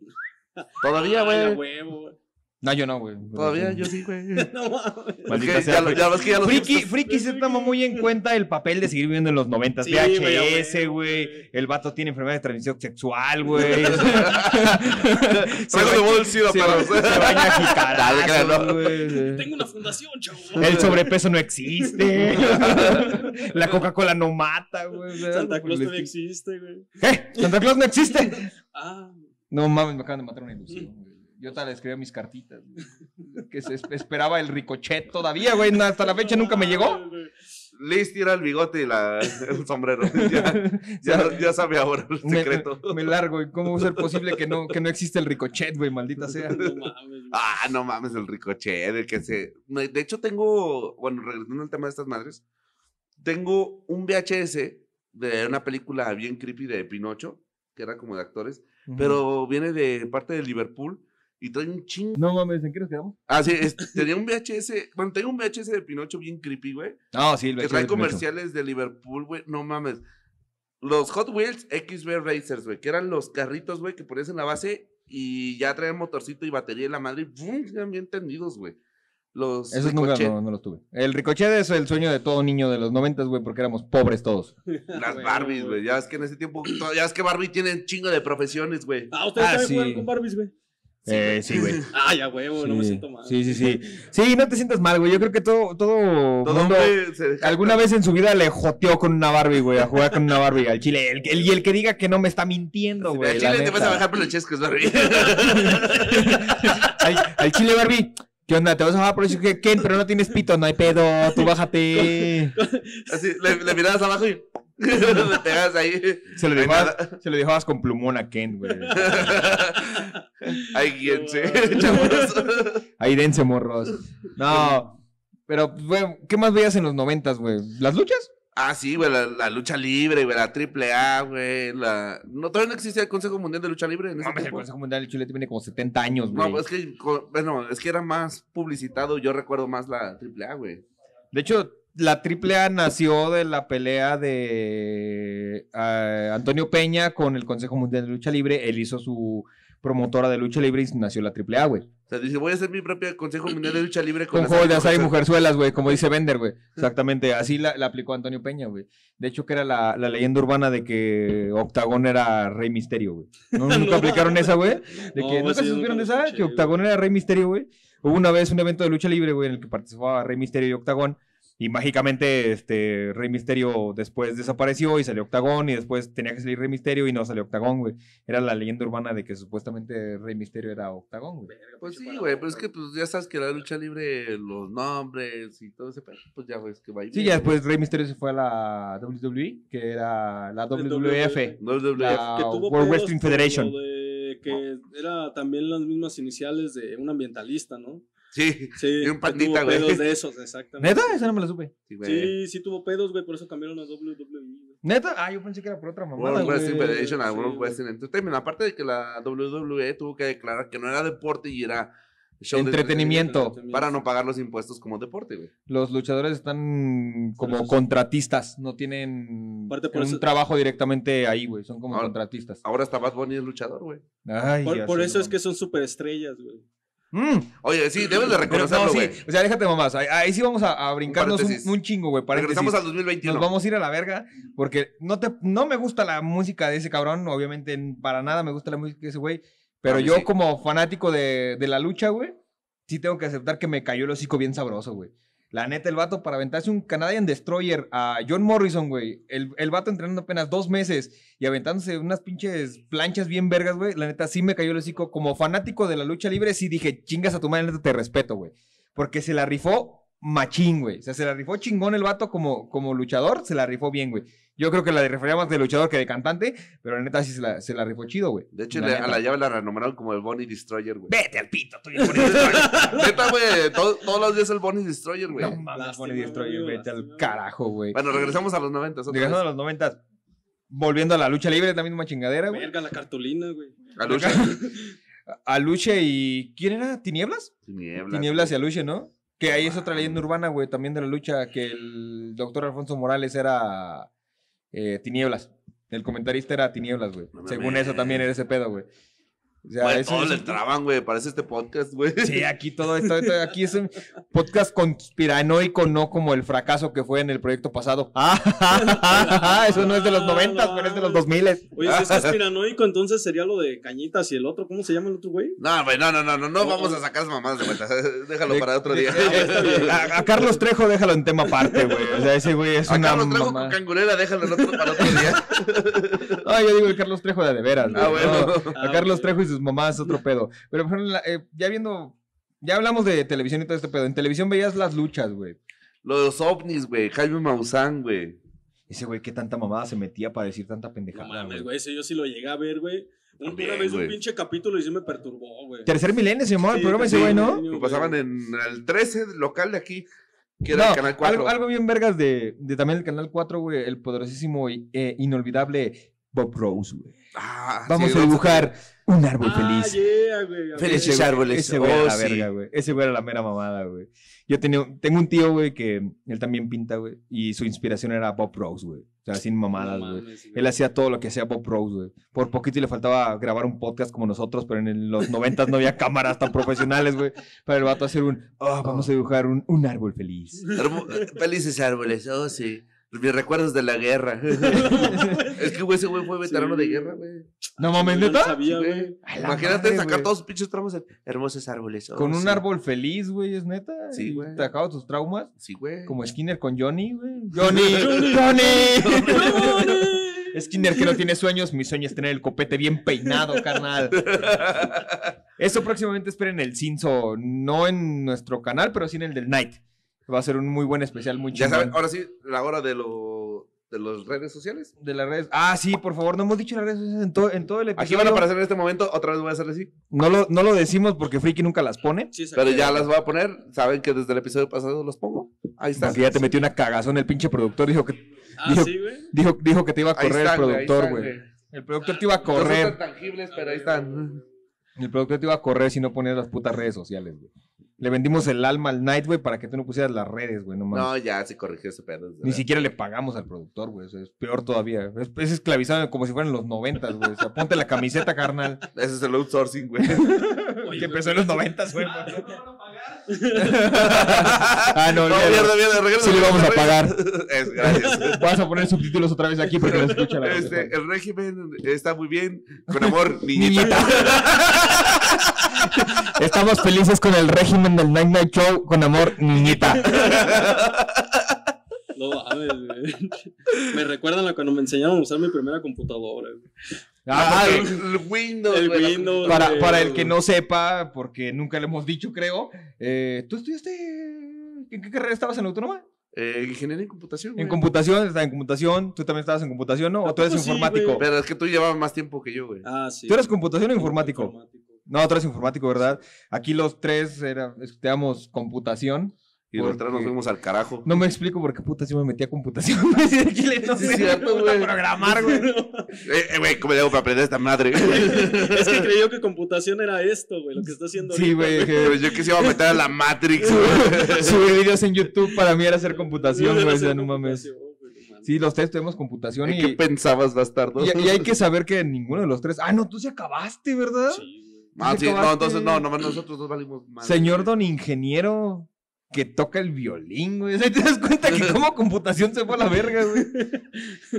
C: Todavía,
A: Ay, a
C: güey.
A: huevo, güey.
B: No, yo no, güey.
C: Todavía, yo sí, güey. Es
A: No mames.
B: Maldita
C: que
B: sea,
C: ya, lo-
B: friki.
C: ya ves que ya los
B: Friki,
C: hipsters-
B: Friki se tomó muy en cuenta el papel de seguir viviendo en los noventas.
A: Sí, güey, a
B: VHS,
A: huevo,
B: güey.
A: güey.
B: El vato tiene enfermedad de transmisión sexual, güey.
C: Traigo de modo el SIDA,
B: se,
C: perros.
B: ba- se baña a jicarazos,
C: Dale, que no.
B: güey.
A: Tengo una fundación, chavo.
B: El sobrepeso no existe. La Coca-Cola no mata, güey.
A: Santa Claus
B: no
A: todavía
B: pues, existe.
A: existe, güey.
B: ¿Eh? Santa Claus no existe.
A: Ah,
B: No mames, me acaban de matar una ilusión. güey. Yo tal escribía mis cartitas. güey. Que se esp- esperaba el ricochet todavía, güey. No, Hasta la fecha nunca me llegó.
C: Liz tira el bigote y la, el sombrero. Ya, ya, ya sabe ahora el
B: Me,
C: secreto.
B: me largo. ¿Y cómo va a ser posible que no, que no existe el ricochet, güey? Maldita sea.
A: No mames, güey.
C: Ah, no mames, el ricochet, el que se. no, De hecho, tengo. Bueno, regresando al tema de estas madres, tengo un VHS de una película bien creepy de Pinocho, que era como de actores, pero viene de parte de Liverpool y trae un chingo.
B: No mames, ¿en qué nos quedamos?
C: Ah, sí, es- tenía un VHS. Bueno, tengo un VHS de Pinocho bien creepy, güey,
B: No, sí, el
C: que trae comerciales de Liverpool, güey, no mames. Los Hot Wheels XB Racers, güey, que eran los carritos, güey, que ponías en la base y ya traían motorcito y batería y la madre, y ¡bum! Eran bien tendidos, güey. Los
B: Esos nunca
C: ricochet,
B: no, no los tuve. El ricochet es el sueño de todo niño de los noventas, güey, porque éramos pobres todos.
C: las
A: Güey,
C: Barbies, güey. Ya ves que en ese tiempo, to- ya ves que Barbie tiene un chingo de profesiones, güey.
A: Ah, ustedes
B: Ah,
A: también
B: sí.
A: juegan con Barbies, güey.
B: Eh, sí, güey.
A: Ah, ya huevo, no me
B: Sí,
A: siento mal.
B: Sí, sí, sí. Sí, no te sientas mal, güey. Yo creo que todo, todo,
C: Todo
B: mundo
C: hombre se deja-
B: alguna vez en su vida le joteó con una Barbie, güey, a jugar con una Barbie al chile. El, que- el- y el que diga que no me está mintiendo,
C: Al
B: güey. la
C: Chile te vas a
B: neta.
C: bajar por los chescos, Barbie.
B: Al, al chile, Barbie. ¿Qué onda? ¿Te vas a bajar por eso? ¿Qué? Ken, pero no tienes pito, no hay pedo. Tú bájate.
C: Así, le, le mirabas abajo y le pegabas ahí.
B: Se lo
C: Ay,
B: dejabas, se lo dejabas con plumón a Ken, güey.
C: Ay, quién se.
A: No.
C: chavos.
B: Ahí dense, morros. No. Pero, güey, ¿qué más veías en los noventas, güey? ¿Las luchas?
C: Ah, sí, güey, la, la lucha libre, güey, la triple A, güey, la... No, todavía no existía el Consejo Mundial de Lucha Libre en ese
B: No, el
C: tiempo.
A: pues,
B: Consejo Mundial del Chile tiene como 70 años, güey.
C: No, pues es que, co- bueno, es que era más publicitado, yo recuerdo más la triple A, güey.
B: De hecho, la AAA nació de la pelea de eh, Antonio Peña con el Consejo Mundial de Lucha Libre. Él hizo su promotora de lucha libre y nació la AAA, güey.
C: O sea, dice, voy a hacer mi propia Consejo Mundial de Lucha Libre
B: Con
C: las
B: juegos de azar y
C: mujeres".
B: mujerzuelas, güey, como dice Bender, güey. Exactamente, así la, la aplicó Antonio Peña, güey. De hecho, que era la, la leyenda urbana de que Octagón era Rey Misterio, güey. ¿No, ¿Nunca
A: No.
B: aplicaron esa, güey? De
A: No,
B: que
A: güey,
B: nunca
A: sí,
B: se
A: nunca
B: supieron
A: lo
B: de esa,
A: escuché,
B: que
A: güey.
B: Octagón era Rey Misterio, güey. Hubo una vez un evento de lucha libre, güey, en el que participaba Rey Misterio y Octagón. Y mágicamente, este, Rey Misterio después desapareció y salió Octagón. Y después tenía que salir Rey Misterio y no salió Octagón, güey. Era la leyenda urbana de que supuestamente Rey Misterio era Octagón, güey.
C: Pues sí, güey, pero es que pues ya sabes que la lucha libre, los nombres y todo ese pedo, pues ya ves que va y
B: Sí,
C: viene,
B: ya pues, después Rey Misterio se fue a la WWE, que era la
A: WWE.
B: WWF.
C: ¿no? WWF.
B: La-
A: que tuvo
B: Ah, World
A: pedos
B: Wrestling
A: por
B: Federation.
A: lo de que era también las mismas iniciales de un ambientalista, ¿no?
C: Sí,
A: Sí,
C: un
A: que
C: pandita,
A: tuvo
C: güey.
A: pedos de esos, exactamente.
B: ¿Neta? Esa no me la supe.
C: sí, güey.
A: Sí, sí tuvo pedos, güey, por eso cambiaron a WWE. güey.
B: ¿Neta? Ah, yo pensé que era por otra mamada,
C: World
B: güey.
C: Wrestling Federation a World
A: Sí, güey.
C: Wrestling Entertainment. Aparte de que la WWE tuvo que declarar que no era deporte y era show de
B: Entretenimiento.
C: Para no pagar los impuestos como deporte, güey.
B: Los luchadores están como
A: Pero-
B: contratistas, no tienen
A: Aparte por
B: un
A: eso-
B: trabajo directamente ahí, güey. Son como
C: Ahora-
B: contratistas.
C: Ahora hasta Bad Bunny es luchador, güey.
B: Ay,
A: Por,
B: ya
A: por
B: sé,
A: eso
B: no
A: es que son superestrellas, güey.
B: mames. Mm,
C: Oye, sí, debes de
B: pero no,
C: reconocerlo,
B: sí.
C: güey.
B: O sea, déjate mamás. Ahí, ahí sí vamos a, a brincarnos un,
C: paréntesis.
B: un chingo, güey. paréntesis.
C: Regresamos al 2021.
B: Nos vamos a ir a la verga porque no, te, no me gusta la música de ese cabrón. Obviamente, n- para nada me gusta la música de ese güey.
C: A
B: Pero
C: mí
B: yo,
C: sí.
B: como fanático de, de la lucha, güey, sí tengo que aceptar que me cayó el hocico bien sabroso, güey. La neta, el vato para aventarse un Canadian Destroyer a John Morrison, güey. El, el vato entrenando apenas dos meses y aventándose unas pinches planchas bien vergas, güey. La neta, sí me cayó el hocico. Como fanático de la lucha libre, sí dije, chingas a tu madre, neta, te respeto, güey. Porque se la rifó machín, güey. O sea, se la rifó chingón el vato como, como luchador, se la rifó bien, güey. Yo creo que la refería más de luchador que de cantante, pero la neta sí se la, se la rifó chido, güey.
C: De hecho,
B: La
C: le-
B: neta.
C: a la llave la renombraron como el Bonnie Destroyer, güey.
B: Vete al pito, tú
C: Neta, güey. todo- todos los días el Bonnie Destroyer, güey.
B: No mames,
A: Lástima,
B: Bonnie Destroyer,
A: amigo,
B: vete al
A: lástima.
B: carajo, güey.
C: Bueno, regresamos a los 90. otra
B: Llegando a
C: vez.
B: los noventas, volviendo a la lucha libre, la misma chingadera, Ah, güey.
A: Verga la cartulina, güey.
C: A lucha.
B: Aluche y... ¿Quién era? ¿Tinieblas?
C: Tinieblas.
B: Tinieblas y Aluche, ¿no? Que ahí es otra leyenda urbana, güey, también de la lucha, que el doctor Alfonso Morales era eh, Tinieblas. El comentarista era Tinieblas, güey.
C: No
B: Según
C: mames.
B: eso también era ese pedo, güey. O sea,
C: Güey,
B: eso
C: todos
B: es-
C: le entraban, güey. Parece este podcast, güey.
B: Sí, aquí todo esto, esto- aquí es un podcast conspiranoico, no como el fracaso que fue en el proyecto pasado. Ah, Eso no es de los noventas, pero es de los dos miles.
A: Oye, si es conspiranoico, entonces sería lo de Cañitas y el otro, ¿cómo se llama el otro, güey?
C: No, güey, no, no, no, no, no vamos a sacar esas mamadas de vuelta. Déjalo
B: Oh, De-
C: para otro
B: de-
C: día.
B: A, a Carlos Trejo déjalo en tema aparte, güey. O sea, ese güey es
C: A
B: una
C: Carlos Trejo
B: mamá.
C: con cangurera, déjalo en otro, para otro día.
B: Ah, yo digo el Carlos Trejo de, de veras.
C: Ah,
B: güey, no.
C: bueno.
B: A
A: Ah,
B: Carlos Trejo y sus mamás, otro pedo. Pero por ejemplo, la- eh, ya viendo, ya hablamos de televisión y todo este pedo. En televisión veías las luchas, güey.
C: Los ovnis, güey. Jaime Maussan, güey.
B: Ese güey, qué tanta mamada se metía para decir tanta pendejada.
A: No mames,
B: güey.
A: güey, ese yo sí lo llegué a ver, güey. Un-
C: También,
A: Una vez
C: güey.
A: un pinche capítulo y sí me perturbó, güey.
B: Tercer milenio se llamaba el
A: Sí,
B: programa ese
C: sí,
B: güey, ¿no?
A: güey.
C: Lo pasaban en el 13 local de aquí, que era
B: No,
C: el Canal 4.
B: Algo, algo bien vergas de, de también el Canal 4, güey, el poderosísimo y eh, inolvidable Bob Rose, güey.
C: Ah,
B: Vamos
C: sí,
B: a dibujar un árbol
A: Ah,
B: feliz.
A: yeah, güey. a
C: Felices
A: ver.
B: güey-
C: árboles.
B: Ese güey era
C: Oh,
B: la
C: sí.
B: verga, güey. Ese güey era la mera mamada, güey. Yo tenía, tengo un tío, güey, que él también pinta, güey. Y su inspiración era Bob Rose, güey. O sea, sin mamadas,
A: No
B: güey.
A: mames, güey.
B: Él hacía todo lo que hacía Bob Rose, güey. Por poquito y le faltaba grabar un podcast como nosotros, pero en el- los noventas no había cámaras tan profesionales, güey. Para el vato hacer un, "Ah, vamos a dibujar un, un árbol feliz.
C: Hermo- Felices árboles, oh sí. Mis recuerdos de la guerra. es que, güey, ese güey fue veterano
A: Sí.
C: de guerra, güey.
B: No mames,
A: Yo no
B: neta.
A: sabía,
C: Sí, güey.
A: güey.
B: A la
C: Imagínate
B: madre,
C: sacar
B: güey.
C: todos los pinches tramos. en- Hermosos árboles. oh,
B: Con un
C: sí.
B: árbol feliz, güey, es neta.
C: Sí,
B: Y
C: güey.
B: Te acabas tus traumas.
C: Sí, güey.
B: Como Skinner con Johnny, güey. Johnny, Johnny. Skinner que no tiene sueños, mi sueño es tener el copete bien peinado, carnal. Eso próximamente esperen el Cinzo, no en nuestro canal, pero sí en el del Night. Va a ser un muy buen especial, muy
C: Ya
B: chingón.
C: saben, ahora sí, la hora de, lo, de las redes sociales.
B: de las redes. Ah, sí, por favor, no hemos dicho las redes sociales en, todo- en todo el episodio.
C: Aquí van a aparecer en este momento, otra vez voy a hacer así.
B: No lo, no lo decimos porque Friki nunca las pone.
A: Sí,
C: Pero ya
A: saqué.
C: las voy a poner. Saben que desde el episodio pasado los pongo. Ahí está.
B: Porque ya te metió una cagazón el pinche productor. Dijo que,
A: Ah,
B: dijo-
A: sí, güey.
B: dijo, dijo que te iba a
C: Ahí
B: correr
C: están,
B: el
C: güey, ahí
B: productor,
C: están,
B: güey. El productor te iba a
C: No son tan
B: correr.
C: tangibles, pero ahí están.
B: El productor te iba a correr si no ponías las putas redes sociales, güey. Le vendimos el alma al Night, güey, para que tú no pusieras las redes, güey, no mames.
C: No, ya se corrigió ese pedo.
B: Ni siquiera le pagamos al productor, güey. o sea, es peor todavía. Es, es esclavizado como si fueran los noventas, güey. O sea, ponte la camiseta, carnal.
C: Ese es el outsourcing, güey.
B: Que empezó en los noventas, güey.
C: ah,
B: no, olvídalo.
C: mierda, mierda, regreso.
B: Sí le vamos a pagar.
C: Es, gracias.
B: Vas a poner subtítulos otra vez aquí porque no escucha la
C: Este,
B: gente.
C: el régimen está muy bien. Con amor, niñita.
B: Estamos felices con el régimen del Night Night Show. Con amor, niñita.
A: No mames, güey. Me recuerdan a cuando me enseñaron a usar mi primera computadora. güey.
B: Ah,
C: Ah,
B: porque-
C: el Windows.
A: El
C: güey, la-
A: Windows.
B: Para,
A: güey.
B: para el que no sepa, porque nunca le hemos dicho, creo, eh, ¿tú estudiaste? ¿En qué carrera estabas en la autónoma?
C: Eh, ingeniería en computación.
B: En
C: güey.
B: computación, estaba en computación, tú también estabas en computación, ¿no? ¿O tú eres
A: Tampoco sí,
B: informático?
A: güey.
C: Pero es que tú llevabas más tiempo que yo, güey.
A: Ah, sí.
B: ¿Tú eres computación o informático?
A: Informático.
B: No, tú eres informático, ¿verdad? Aquí los tres era, estudiamos computación.
C: y los tres nos
B: porque-
C: fuimos al carajo.
B: No me explico por qué puta si me metí a computación. güey, si de chile no
C: Sí,
B: sé,
C: cierto,
B: me gusta
C: güey.
B: programar, güey.
C: Eh, eh, güey, ¿cómo le hago para aprender esta madre?
A: es que creyó que computación era esto, güey, lo que está haciendo.
B: Sí,
A: ahorita,
B: güey.
C: Pero
B: que-
C: yo que se iba a meter a la Matrix, güey.
B: Subir videos en YouTube para mí era hacer computación,
A: Era
B: güey. O
A: hacer
B: sea, no mames.
A: computación, güey, no mames.
B: Sí, los tres estudiamos computación
C: ¿En ¿Qué
B: y,
C: pensabas, bastardo?
B: Y, y hay que saber que ninguno de los tres. Ah, no, tú se acabaste, ¿verdad?
A: Sí, güey.
C: Ah, sí, no,
B: acabaste.
C: entonces no, nomás nosotros dos valimos más.
B: Señor don ingeniero que toca el violín, güey. O sea, te das cuenta que como computación se fue a la verga, güey.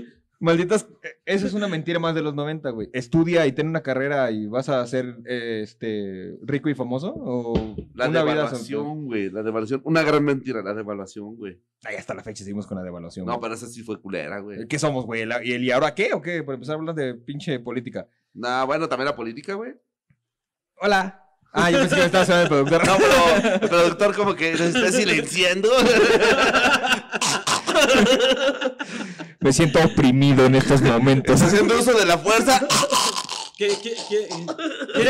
B: Malditas, eh, eso es una mentira más de los 90, güey. Estudia y ten una carrera y vas a ser eh, este rico y famoso o
C: La
B: una vida
C: devaluación, güey. La devaluación. Una gran mentira, la devaluación, güey.
B: Ahí hasta la fecha seguimos con la devaluación.
C: No,
B: güey. Eh.
C: pero esa sí fue culera, güey.
B: ¿Qué somos, güey? ¿La- ¿Y el y ahora qué o qué? Por empezar a hablar de pinche política.
C: Nah, bueno, también la política, güey.
B: Hola. Ah, yo pensé que me estabas hablando de productor.
C: No, pero el productor como que nos está silenciando.
B: Me siento oprimido en estos momentos.
C: Está haciendo uso de la fuerza.
A: ¿Qué, qué, qué?
B: Star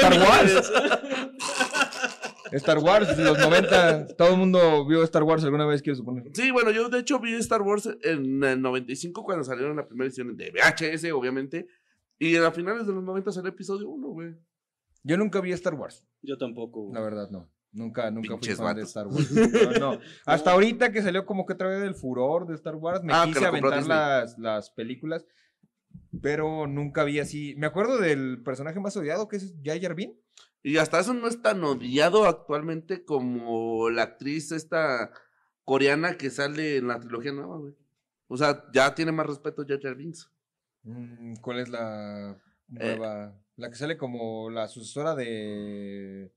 A: ¿Quieren
B: Wars.
A: mi-
B: Star Wars, los 90. Todo el mundo vio Star Wars alguna vez, quiero suponer.
C: Sí, bueno, yo de hecho vi Star Wars en el 95 cuando salieron la primera edición de VHS, obviamente. Y a finales de los 90 salió episodio 1, güey.
B: Yo nunca vi Star Wars,
A: Yo tampoco. güey.
B: la verdad, no. Nunca, nunca fui
C: Pinches
B: fan de
C: vatos.
B: Star Wars. No, no. Hasta ahorita que salió como que otra vez el furor de Star Wars, me
C: Ah, que
B: quise
C: lo compró
B: aventar
C: Disney.
B: las, las películas, pero nunca vi así. Me acuerdo del personaje más odiado que es Jar Jar Binks.
C: Y hasta eso no es tan odiado actualmente como la actriz esta coreana que sale en la trilogía nueva, güey. O sea, ya tiene más respeto Jar Jar Binks.
B: Mm, ¿Cuál es la
C: Eh.
B: nueva? La que sale como la sucesora de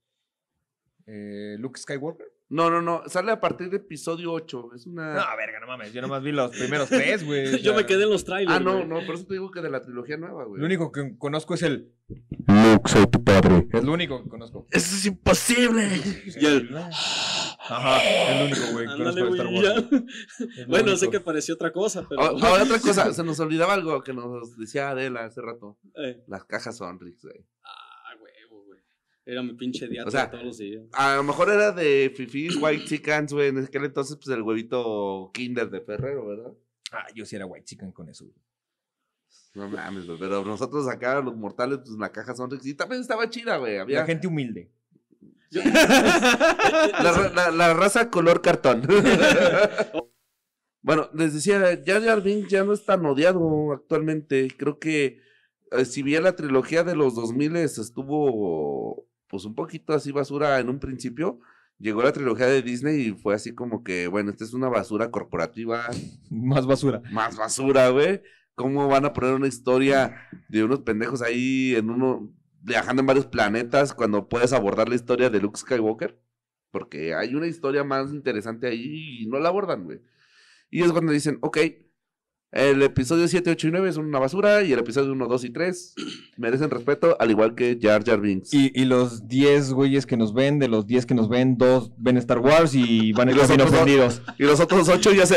B: eh, Luke Skywalker.
C: No, no, no, sale a partir de episodio 8. Es una...
B: No, verga, no mames. Yo nomás vi los primeros tres, güey. o
A: Yo
B: sea,
A: me quedé en los trailers.
C: ah, no,
A: güey.
C: no, por eso te digo que de la trilogía nueva, güey.
B: Lo único que conozco es el.
D: Luke, soy tu padre.
B: Es lo único que conozco.
C: ¡Eso es imposible!
A: Y el-
B: Ajá, es lo único, güey. que
A: Ándale,
B: conozco de Star
A: güey,
B: Wars.
A: ya.
B: Es lo
A: Bueno,
B: único.
A: sé que pareció otra cosa, pero.
C: Ah, Ahora otra cosa, se nos olvidaba algo que nos decía Adela hace rato.
A: Eh,
C: Las cajas Sonrix, güey.
A: ah, huevo, güey. Era mi pinche diario
C: O sea,
A: todos los días.
C: A lo mejor era de Fifi White Chickens, güey. En aquel entonces, pues el huevito Kinder de Ferrero, ¿verdad?
B: Ah, yo sí era white chicken con eso, güey.
C: No mames, güey. Pero nosotros acá, los mortales, pues la caja Sonrix. Y también estaba chida, güey.
B: La
C: Había
B: gente humilde.
C: la, ra- la- la raza color cartón. bueno, les decía, Jar Jar Binks ya no es tan odiado actualmente. Creo que eh, si bien la trilogía de los 2000 estuvo pues un poquito así basura en un principio, llegó la trilogía de Disney y fue así como que, bueno, esta es una basura corporativa,
B: Más basura.
C: más basura, güey. ¿Cómo van a poner una historia de unos pendejos ahí en uno viajando en varios planetas cuando puedes abordar la historia de Luke Skywalker? Porque hay una historia más interesante ahí y no la abordan, güey. Y es cuando dicen, ok, el episodio 7, 8 y 9 es una basura y el episodio 1, 2 y 3 merecen respeto, al igual que Jar Jar Binks.
B: Y, y los 10 güeyes que nos ven, de los 10 que nos ven, dos ven Star Wars y van a
C: Y los
B: estar bien
C: otros dos-
B: ofendidos.
C: Y los otros 8 ya se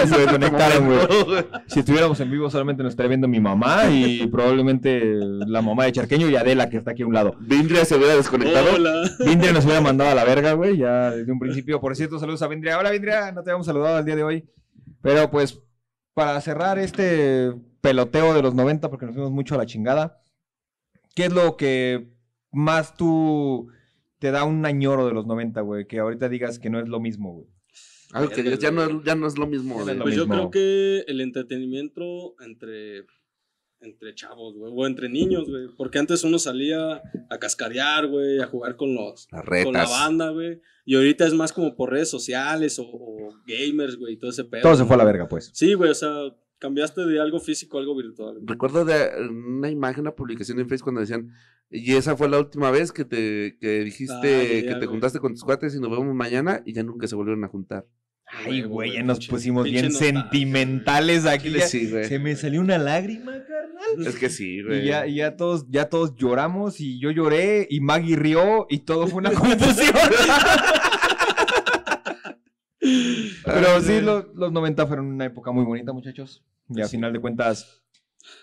B: Se
C: güey.
B: desconectaron, güey.
C: güey.
B: Si estuviéramos en vivo, solamente nos estaría viendo mi mamá y probablemente la mamá de Charqueño y Adela, que está aquí a un lado.
C: Vindria se hubiera desconectado.
A: Hola.
B: Vindria nos hubiera mandado a la verga, güey, ya desde un principio. Por cierto, saludos a Vindria. Hola, Vindria, no te habíamos saludado el día de hoy. Pero pues, para cerrar este peloteo de los 90, porque nos fuimos mucho a la chingada, ¿qué es lo que más tú te da un añoro de los 90, güey, que ahorita digas que no es lo mismo, güey.
C: Algo que digas, ya no, es- ya no es lo mismo.
B: Ya no es
C: de-
B: lo
A: Pues yo
B: mismo.
A: creo que el entretenimiento entre, entre chavos, güey, o entre niños, güey. Porque antes uno salía a cascarear, güey, a jugar con los
C: Las
A: con la
C: retas.
A: banda, güey. Y ahorita es más como por redes sociales o, o gamers, güey, y todo ese pedo.
B: Todo se fue a la
A: ¿no?
B: verga, pues.
A: Sí, güey, o sea, cambiaste de algo físico a algo virtual. güey.
C: Recuerdo de eh, una imagen, una publicación en Facebook cuando decían, y esa fue la última vez que te que dijiste
A: Ah, ya,
C: que te
A: güey.
C: juntaste con tus cuates y nos vemos mañana y ya nunca se volvieron a juntar.
B: Ay, güey, ya nos
A: pinche-
B: pusimos
A: pinche
B: bien
A: nostalgia,
B: sentimentales aquí.
C: Chile
B: ya.
C: sí, güey.
B: Se me salió una lágrima, carnal.
C: Es que sí, güey.
B: Y ya, y ya todos, ya todos lloramos y yo lloré y Maggie rió y todo fue una confusión. Pero sí, lo- los 90 fueron una época muy bonita, muchachos. Y al final de cuentas,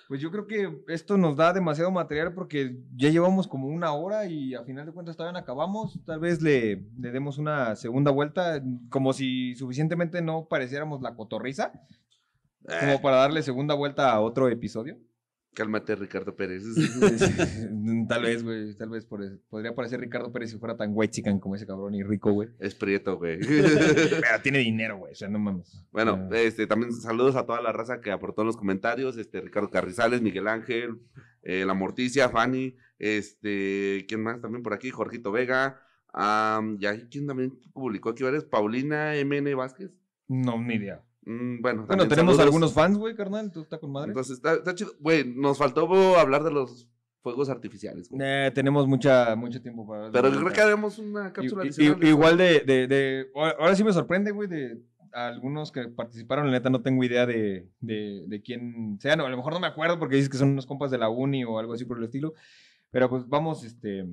B: pues yo creo que esto nos da demasiado material porque ya llevamos como una hora y al final de cuentas todavía no acabamos. Tal vez le, le demos una segunda vuelta, como si suficientemente no pareciéramos la cotorriza,
C: Ah,
B: como para darle segunda vuelta a otro episodio.
C: cálmate, Ricardo Pérez.
B: tal vez, güey, tal vez por eso. podría parecer Ricardo Pérez si fuera tan white chican como ese cabrón y rico, güey.
C: es prieto, güey.
B: Pero tiene dinero, güey, o sea, no mames.
C: Bueno,
B: Eh,
C: este, también saludos a toda la raza que aportó en los comentarios, este, Ricardo Carrizales, Miguel Ángel, eh, La Morticia, Fanny, este, ¿quién más también por aquí? Jorgito Vega, am, y ahí, ¿quién también publicó aquí varios? Paulina MN Vázquez.
B: no, ni idea.
C: Mm, bueno,
B: Bueno,
C: eh, también
B: tenemos
C: saludos.
B: algunos fans, güey, carnal, tú estás con madre.
C: Entonces, está, está chido. Güey, nos faltó bo, hablar de los fuegos artificiales. güey.
B: Eh, tenemos mucha, mucho tiempo para...
C: Pero creo que haremos una cápsula
B: I- i-
C: adicional de-
B: Igual de, de, de- ahora- Ahora sí me sorprende, güey, de algunos que participaron. La neta no tengo idea de, de, de quién sean. o A lo mejor no me acuerdo porque dices que son unos compas de la uni o algo así por el estilo. Pero pues vamos, este...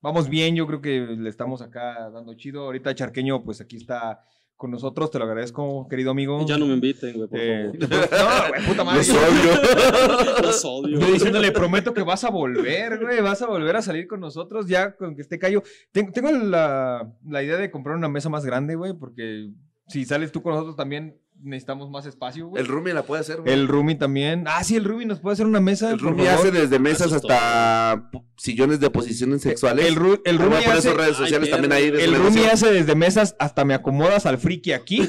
B: Vamos bien, yo creo que le estamos acá dando chido. Ahorita Charqueño, pues aquí está con nosotros. Te lo agradezco, querido amigo.
A: Ya no me inviten, güey, por
B: Eh,
A: favor.
B: no, güey, puta madre.
C: Los odio.
A: Los odio.
B: Yo diciéndole, prometo que vas a volver, güey, vas a volver a salir con nosotros ya con que esté callo. Ten- tengo la, la idea de comprar una mesa más grande, güey, porque si sales tú con nosotros también necesitamos más espacio, güey.
C: El Rumi la puede hacer, güey.
B: El Rumi también. Ah, sí, el Rumi nos puede hacer una mesa.
C: El
B: por
C: Rumi
B: favor.
C: hace desde mesas
A: Asustó.
C: hasta pu- sillones de posiciones sexuales.
B: Eh, El, Ru- el
C: Ah,
B: Rumi
C: no, por
B: hace...
C: eso redes
A: Ay,
C: sociales
A: mierda.
C: también ahí.
B: El Rumi hace desde mesas hasta me acomodas al friki aquí.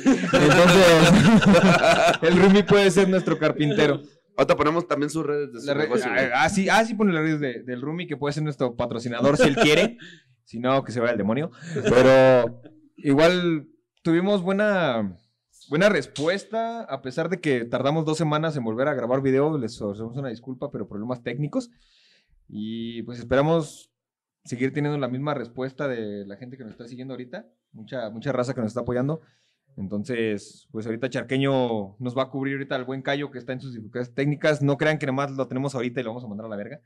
B: Entonces, el Rumi puede ser nuestro carpintero.
C: Ahorita ponemos también sus redes de su
B: La red-
C: negocio, güey.
B: ah, ah, sí, ah, sí, pone las redes de- del Rumi, que puede ser nuestro patrocinador si él quiere. si no, que se vaya al demonio. Pero igual tuvimos buena, buena respuesta, a pesar de que tardamos dos semanas en volver a grabar video. Les ofrecemos una disculpa, pero problemas técnicos. Y pues esperamos seguir teniendo la misma respuesta de la gente que nos está siguiendo ahorita. Mucha, mucha raza que nos está apoyando. Entonces, pues ahorita Charqueño nos va a cubrir ahorita al buen Cayo que está en sus dificultades técnicas. No crean que nomás lo tenemos ahorita y lo vamos a mandar a la verga.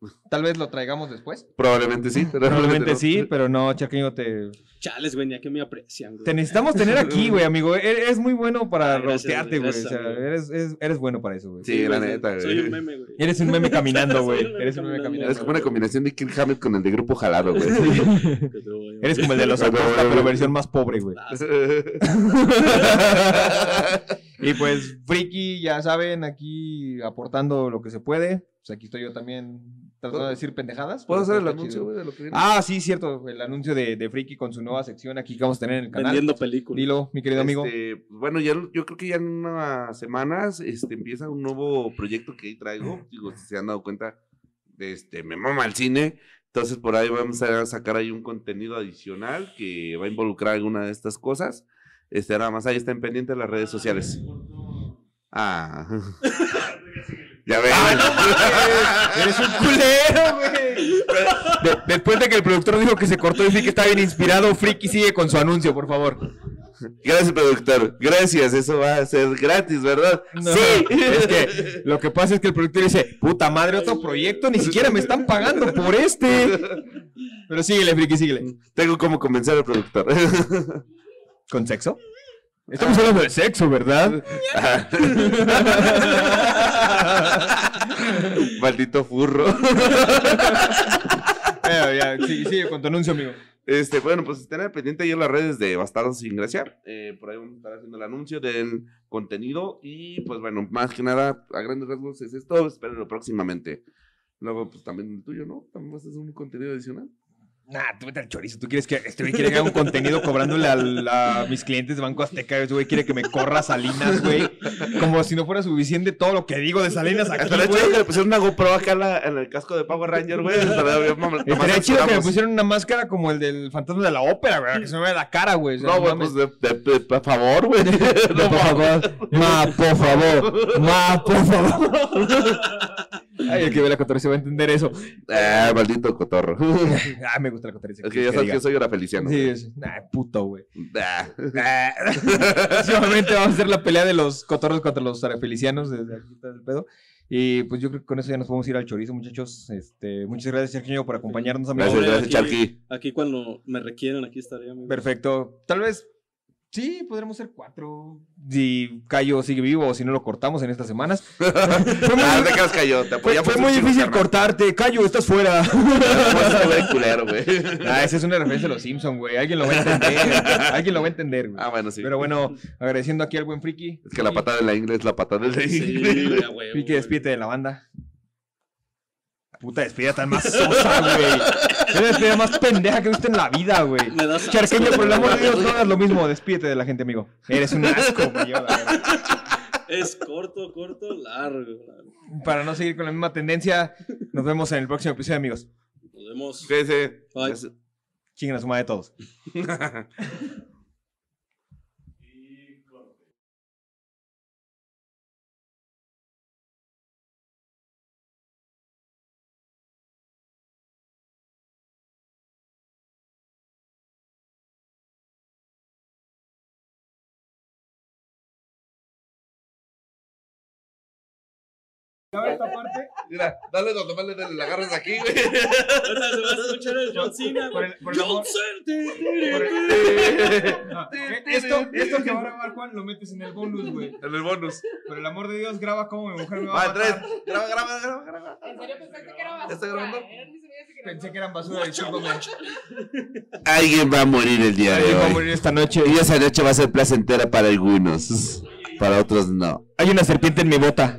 B: Pues, Tal vez lo traigamos después.
C: Probablemente sí.
B: Probablemente
C: no.
B: sí, pero no, Charqueño, te,
A: Chales, güey, ni a que me aprecian, güey.
B: te necesitamos tener aquí, güey, amigo. E- Eres muy bueno para
A: Ay, gracias,
B: rostearte, güey. O
A: gracias,
B: sea,
A: amigo.
B: eres, eres- eres bueno para eso, güey.
C: Sí, la
A: güey,
C: neta,
A: Soy
C: güey.
A: un meme, güey.
B: Eres un meme caminando,
A: Soy
B: güey.
A: un meme
B: Eres un meme
A: caminando.
C: Es
B: caminando.
C: como una combinación de Kirk Hammett con el de Grupo Jalado, güey.
A: Que te voy,
B: Eres como el de los Acosta, pero versión más pobre, güey. Y pues, Friki, ya saben, aquí aportando lo que se puede. Pues aquí estoy yo también tratando de decir pendejadas.
C: ¿Puedo
B: pero
C: hacer el
B: está
C: anuncio,
B: chido.
C: güey, de lo que viene?
B: Ah, sí, cierto. El anuncio de, de Friki con su nueva sección aquí que vamos a tener en el canal.
A: Vendiendo películas.
B: Dilo, mi querido amigo.
C: Este, pues, bueno, ya, yo creo que ya en unas semanas este, empieza un nuevo proyecto que ahí traigo. Digo, si se han dado cuenta, este, me mama el cine. Entonces, por ahí vamos a sacar ahí un contenido adicional que va a involucrar alguna de estas cosas. Este, nada más ahí estén pendientes las redes sociales. Ah. ya ven.
B: Eres un culero, güey. De- después de que el productor dijo que se cortó y sí que está bien inspirado, Friki sigue con su anuncio, por favor.
C: Gracias, productor. Gracias. Eso va a ser gratis, ¿verdad?
B: No,
C: sí.
B: Es que lo que pasa es que el productor dice, puta madre, otro proyecto, ni siquiera me están pagando por este. Pero síguele, friki, síguele.
C: Tengo como convencer al productor.
B: ¿Con sexo? Estamos hablando de sexo, ¿verdad?
C: Maldito furro.
B: Eh, ya, ya, sigue, sigue con tu anuncio, amigo.
C: Este, bueno, pues estén al pendiente ahí en las redes de Bastardos sin Gracia. Eh, por ahí vamos a estar haciendo el anuncio del contenido. Y pues bueno, más que nada, a grandes rasgos es esto. Espérenlo próximamente. Luego, pues también el tuyo, ¿no? También vas a hacer un contenido adicional.
B: Nah, tú vete al chorizo. Tú quieres que este güey quiere que haga un contenido cobrándole al- a, mis clientes de Banco Azteca. Este güey quiere que me corra Salinas, güey. Como si no fuera suficiente todo lo que digo de Salinas aquí,
C: Estaría
B: güey.
C: chido que le pusieran una GoPro acá a la- en el casco de Power Ranger, güey. Estaría bien, mamá.
B: Estaría
C: Nomás
B: chido que me
C: esperamos.
B: pusieran una máscara como el del fantasma de la ópera, güey. Que se me vea la cara, güey. O sea,
C: No, güey,
B: mames.
C: pues de, de- de- por favor, güey.
D: por
C: No, mames.
D: favor, ma, por favor, ma, por favor.
B: Ay, el que ve la cotorriza va a entender eso.
C: Ah, maldito cotorro.
B: Ah, me gusta la cotorriza.
C: Es que ya sabes que
B: diga.
C: yo soy ahora feliciano.
B: Sí, es- Nah, puto, güey.
C: Ah.
B: Próximamente vamos a hacer la pelea de los cotorros contra los arafelicianos desde aquí está el pedo. Y pues yo creo que con eso ya nos podemos ir al chorizo, muchachos. Este, muchas gracias, Sergio, por acompañarnos, amigo.
C: Gracias,
A: Ahora
C: gracias,
A: aquí-
C: Charqui.
A: Aquí cuando me requieren, aquí estaré, amigo.
B: Perfecto. Tal vez, sí, podremos ser cuatro. Si Cayo sigue vivo o si no lo cortamos en estas semanas. fue muy,
C: Ah, te quedas cayó. Te
B: fue-
C: apoyamos.
B: fue muy difícil cortarte. Cayo, estás fuera.
C: cortar. culero, güey.
B: ah, esa es una referencia a los Simpsons, güey. Alguien lo va a entender. Alguien lo va a entender, güey.
C: Ah, bueno, sí.
B: Pero bueno, agradeciendo aquí al buen friki.
C: Es que la patada de la inglés es la patada de la
A: Sí,
C: inglés.
A: güey, a huevo,
B: Friki,
A: güey.
B: despídete de la banda. Puta despedida tan más sosa, güey. Es la despedida más pendeja que he visto en la vida, güey.
A: Me das asco,
B: Charqueño, por el
A: güey.
B: amor de Dios, no hagas lo mismo. Despídete de la gente, amigo. Eres un asco, güey. yo, la verdad.
A: Es corto, corto, largo. largo.
B: Para no seguir con la misma tendencia, nos vemos en el próximo episodio, amigos.
A: Nos vemos.
C: Fíjense.
A: Ay.
C: Es-
B: Chinguen a su madre todos.
C: Mira, dale donde más le dale, la agarras aquí, güey.
A: Ahorita se va a escuchar el John Cena,
B: Por
A: güey.
B: el- por el amor-
A: John Cena.
B: eh, Esto, esto que va a grabar Juan lo metes en el bonus, güey.
C: En el bonus.
B: Por el amor de Dios, graba como mi mujer me va a
C: Va, Ah, tres.
B: matar.
C: Graba, graba, graba, graba.
E: En serio pensaste que era
C: ¿Ya está grabando?
E: basura. Eran mis amigas que
B: Pensé
E: grababan.
B: que eran basura, discúlpame.
C: Alguien va a morir el día
B: Alguien va a morir esta noche.
C: Y esa noche va a ser placentera para algunos. Para otros no.
B: Hay una serpiente en mi bota.
E: Las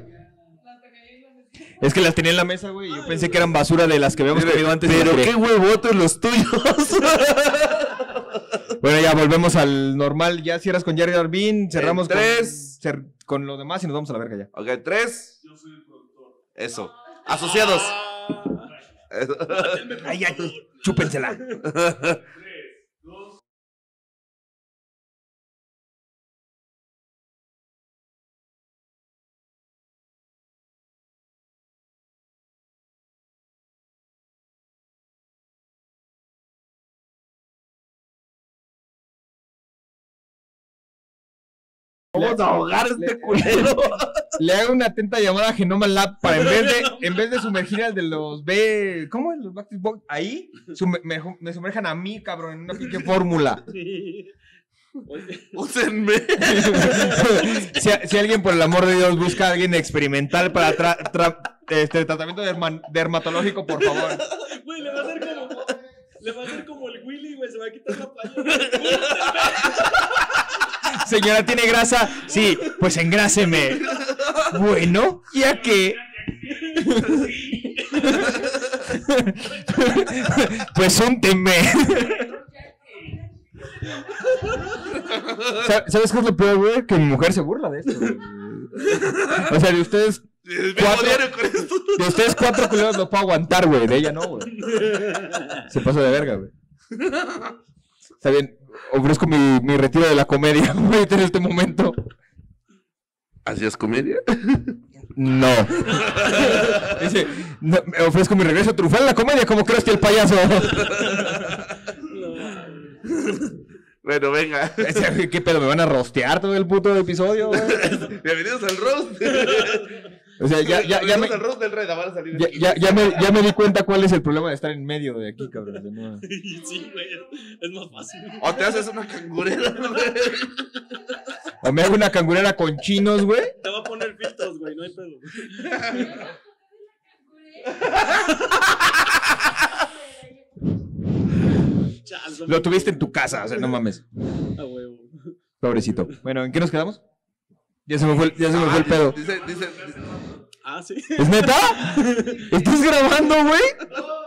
E: dejé ahí, las dejé.
B: Es que las tenía en la mesa, güey. y Yo pensé que eran basura de las que habíamos comido antes. y
C: Pero
B: las tiré.
C: qué huevotes los tuyos.
B: Bueno, ya volvemos al normal. Ya cierras con Jerry Arbin. Cerramos
C: En
B: con,
C: tres.
B: cer- con lo demás y nos vamos a la verga ya.
C: ok, tres. Eso. Asociados. Eso.
B: Ay, ya, chúpensela.
C: Vamos a ahogar a este culero.
B: Le hago una atenta llamada a Genoma Lab para en vez de, en vez de sumergir al de los B. ¿Cómo? Los Backstreet Boys. Ahí sume- me, me sumerjan a mí, cabrón, en una pinche fórmula.
A: Oye,
C: Úsenme.
B: si, a- si alguien, por el amor de Dios, busca a alguien experimental para tra- tra- este, tratamiento derma- dermatológico, por favor.
A: Güey, le va a hacer como. Le va a hacer como el Willy, güey. Se va a quitar la playa.
B: Señora, ¿tiene grasa? Sí, pues engráseme. Bueno, ya que... pues únteme. ¿Sabes qué es lo peor, güey? Que mi mujer se burla de esto. güey. O sea, de ustedes,
C: Me
B: Cuatro.
C: jodieron con esto.
B: de ustedes cuatro culeros lo puedo aguantar, güey. De ella no, güey. Se pasó de verga, güey. Está bien, ofrezco mi, mi retiro de la comedia, güey, en este momento.
C: ¿Así es comedia?
B: No. Dice, "No, me ofrezco mi regreso a triunfar en la comedia, como crees que el payaso.
A: No, mames.
C: Bueno, venga.
B: Ese, ¿Qué pedo? ¿Me van a rostear todo el puto episodio? güey?
C: Bienvenidos al roast. Bienvenidos
B: O sea, ya, ya, ya me,
C: al roast del rey. Van a salir
B: ya, ya- ya me, ya me di cuenta cuál es el problema de estar en medio de aquí, cabrón. de nuevo.
A: Sí, güey. Es más fácil.
C: O te haces una cangurera, güey.
B: O me hago una cangurera con chinos, güey.
A: Te va a poner filtros, güey. No hay pedo. Chas,
B: Lo tuviste en tu casa, o sea, no mames.
A: A Ah, huevo.
B: Pobrecito. Bueno, ¿en qué nos quedamos? Ya se me fue, el- ya se me fue el pedo.
C: Dice, dice.
A: Ah, sí.
B: ¿Es neta? ¿Estás grabando, güey?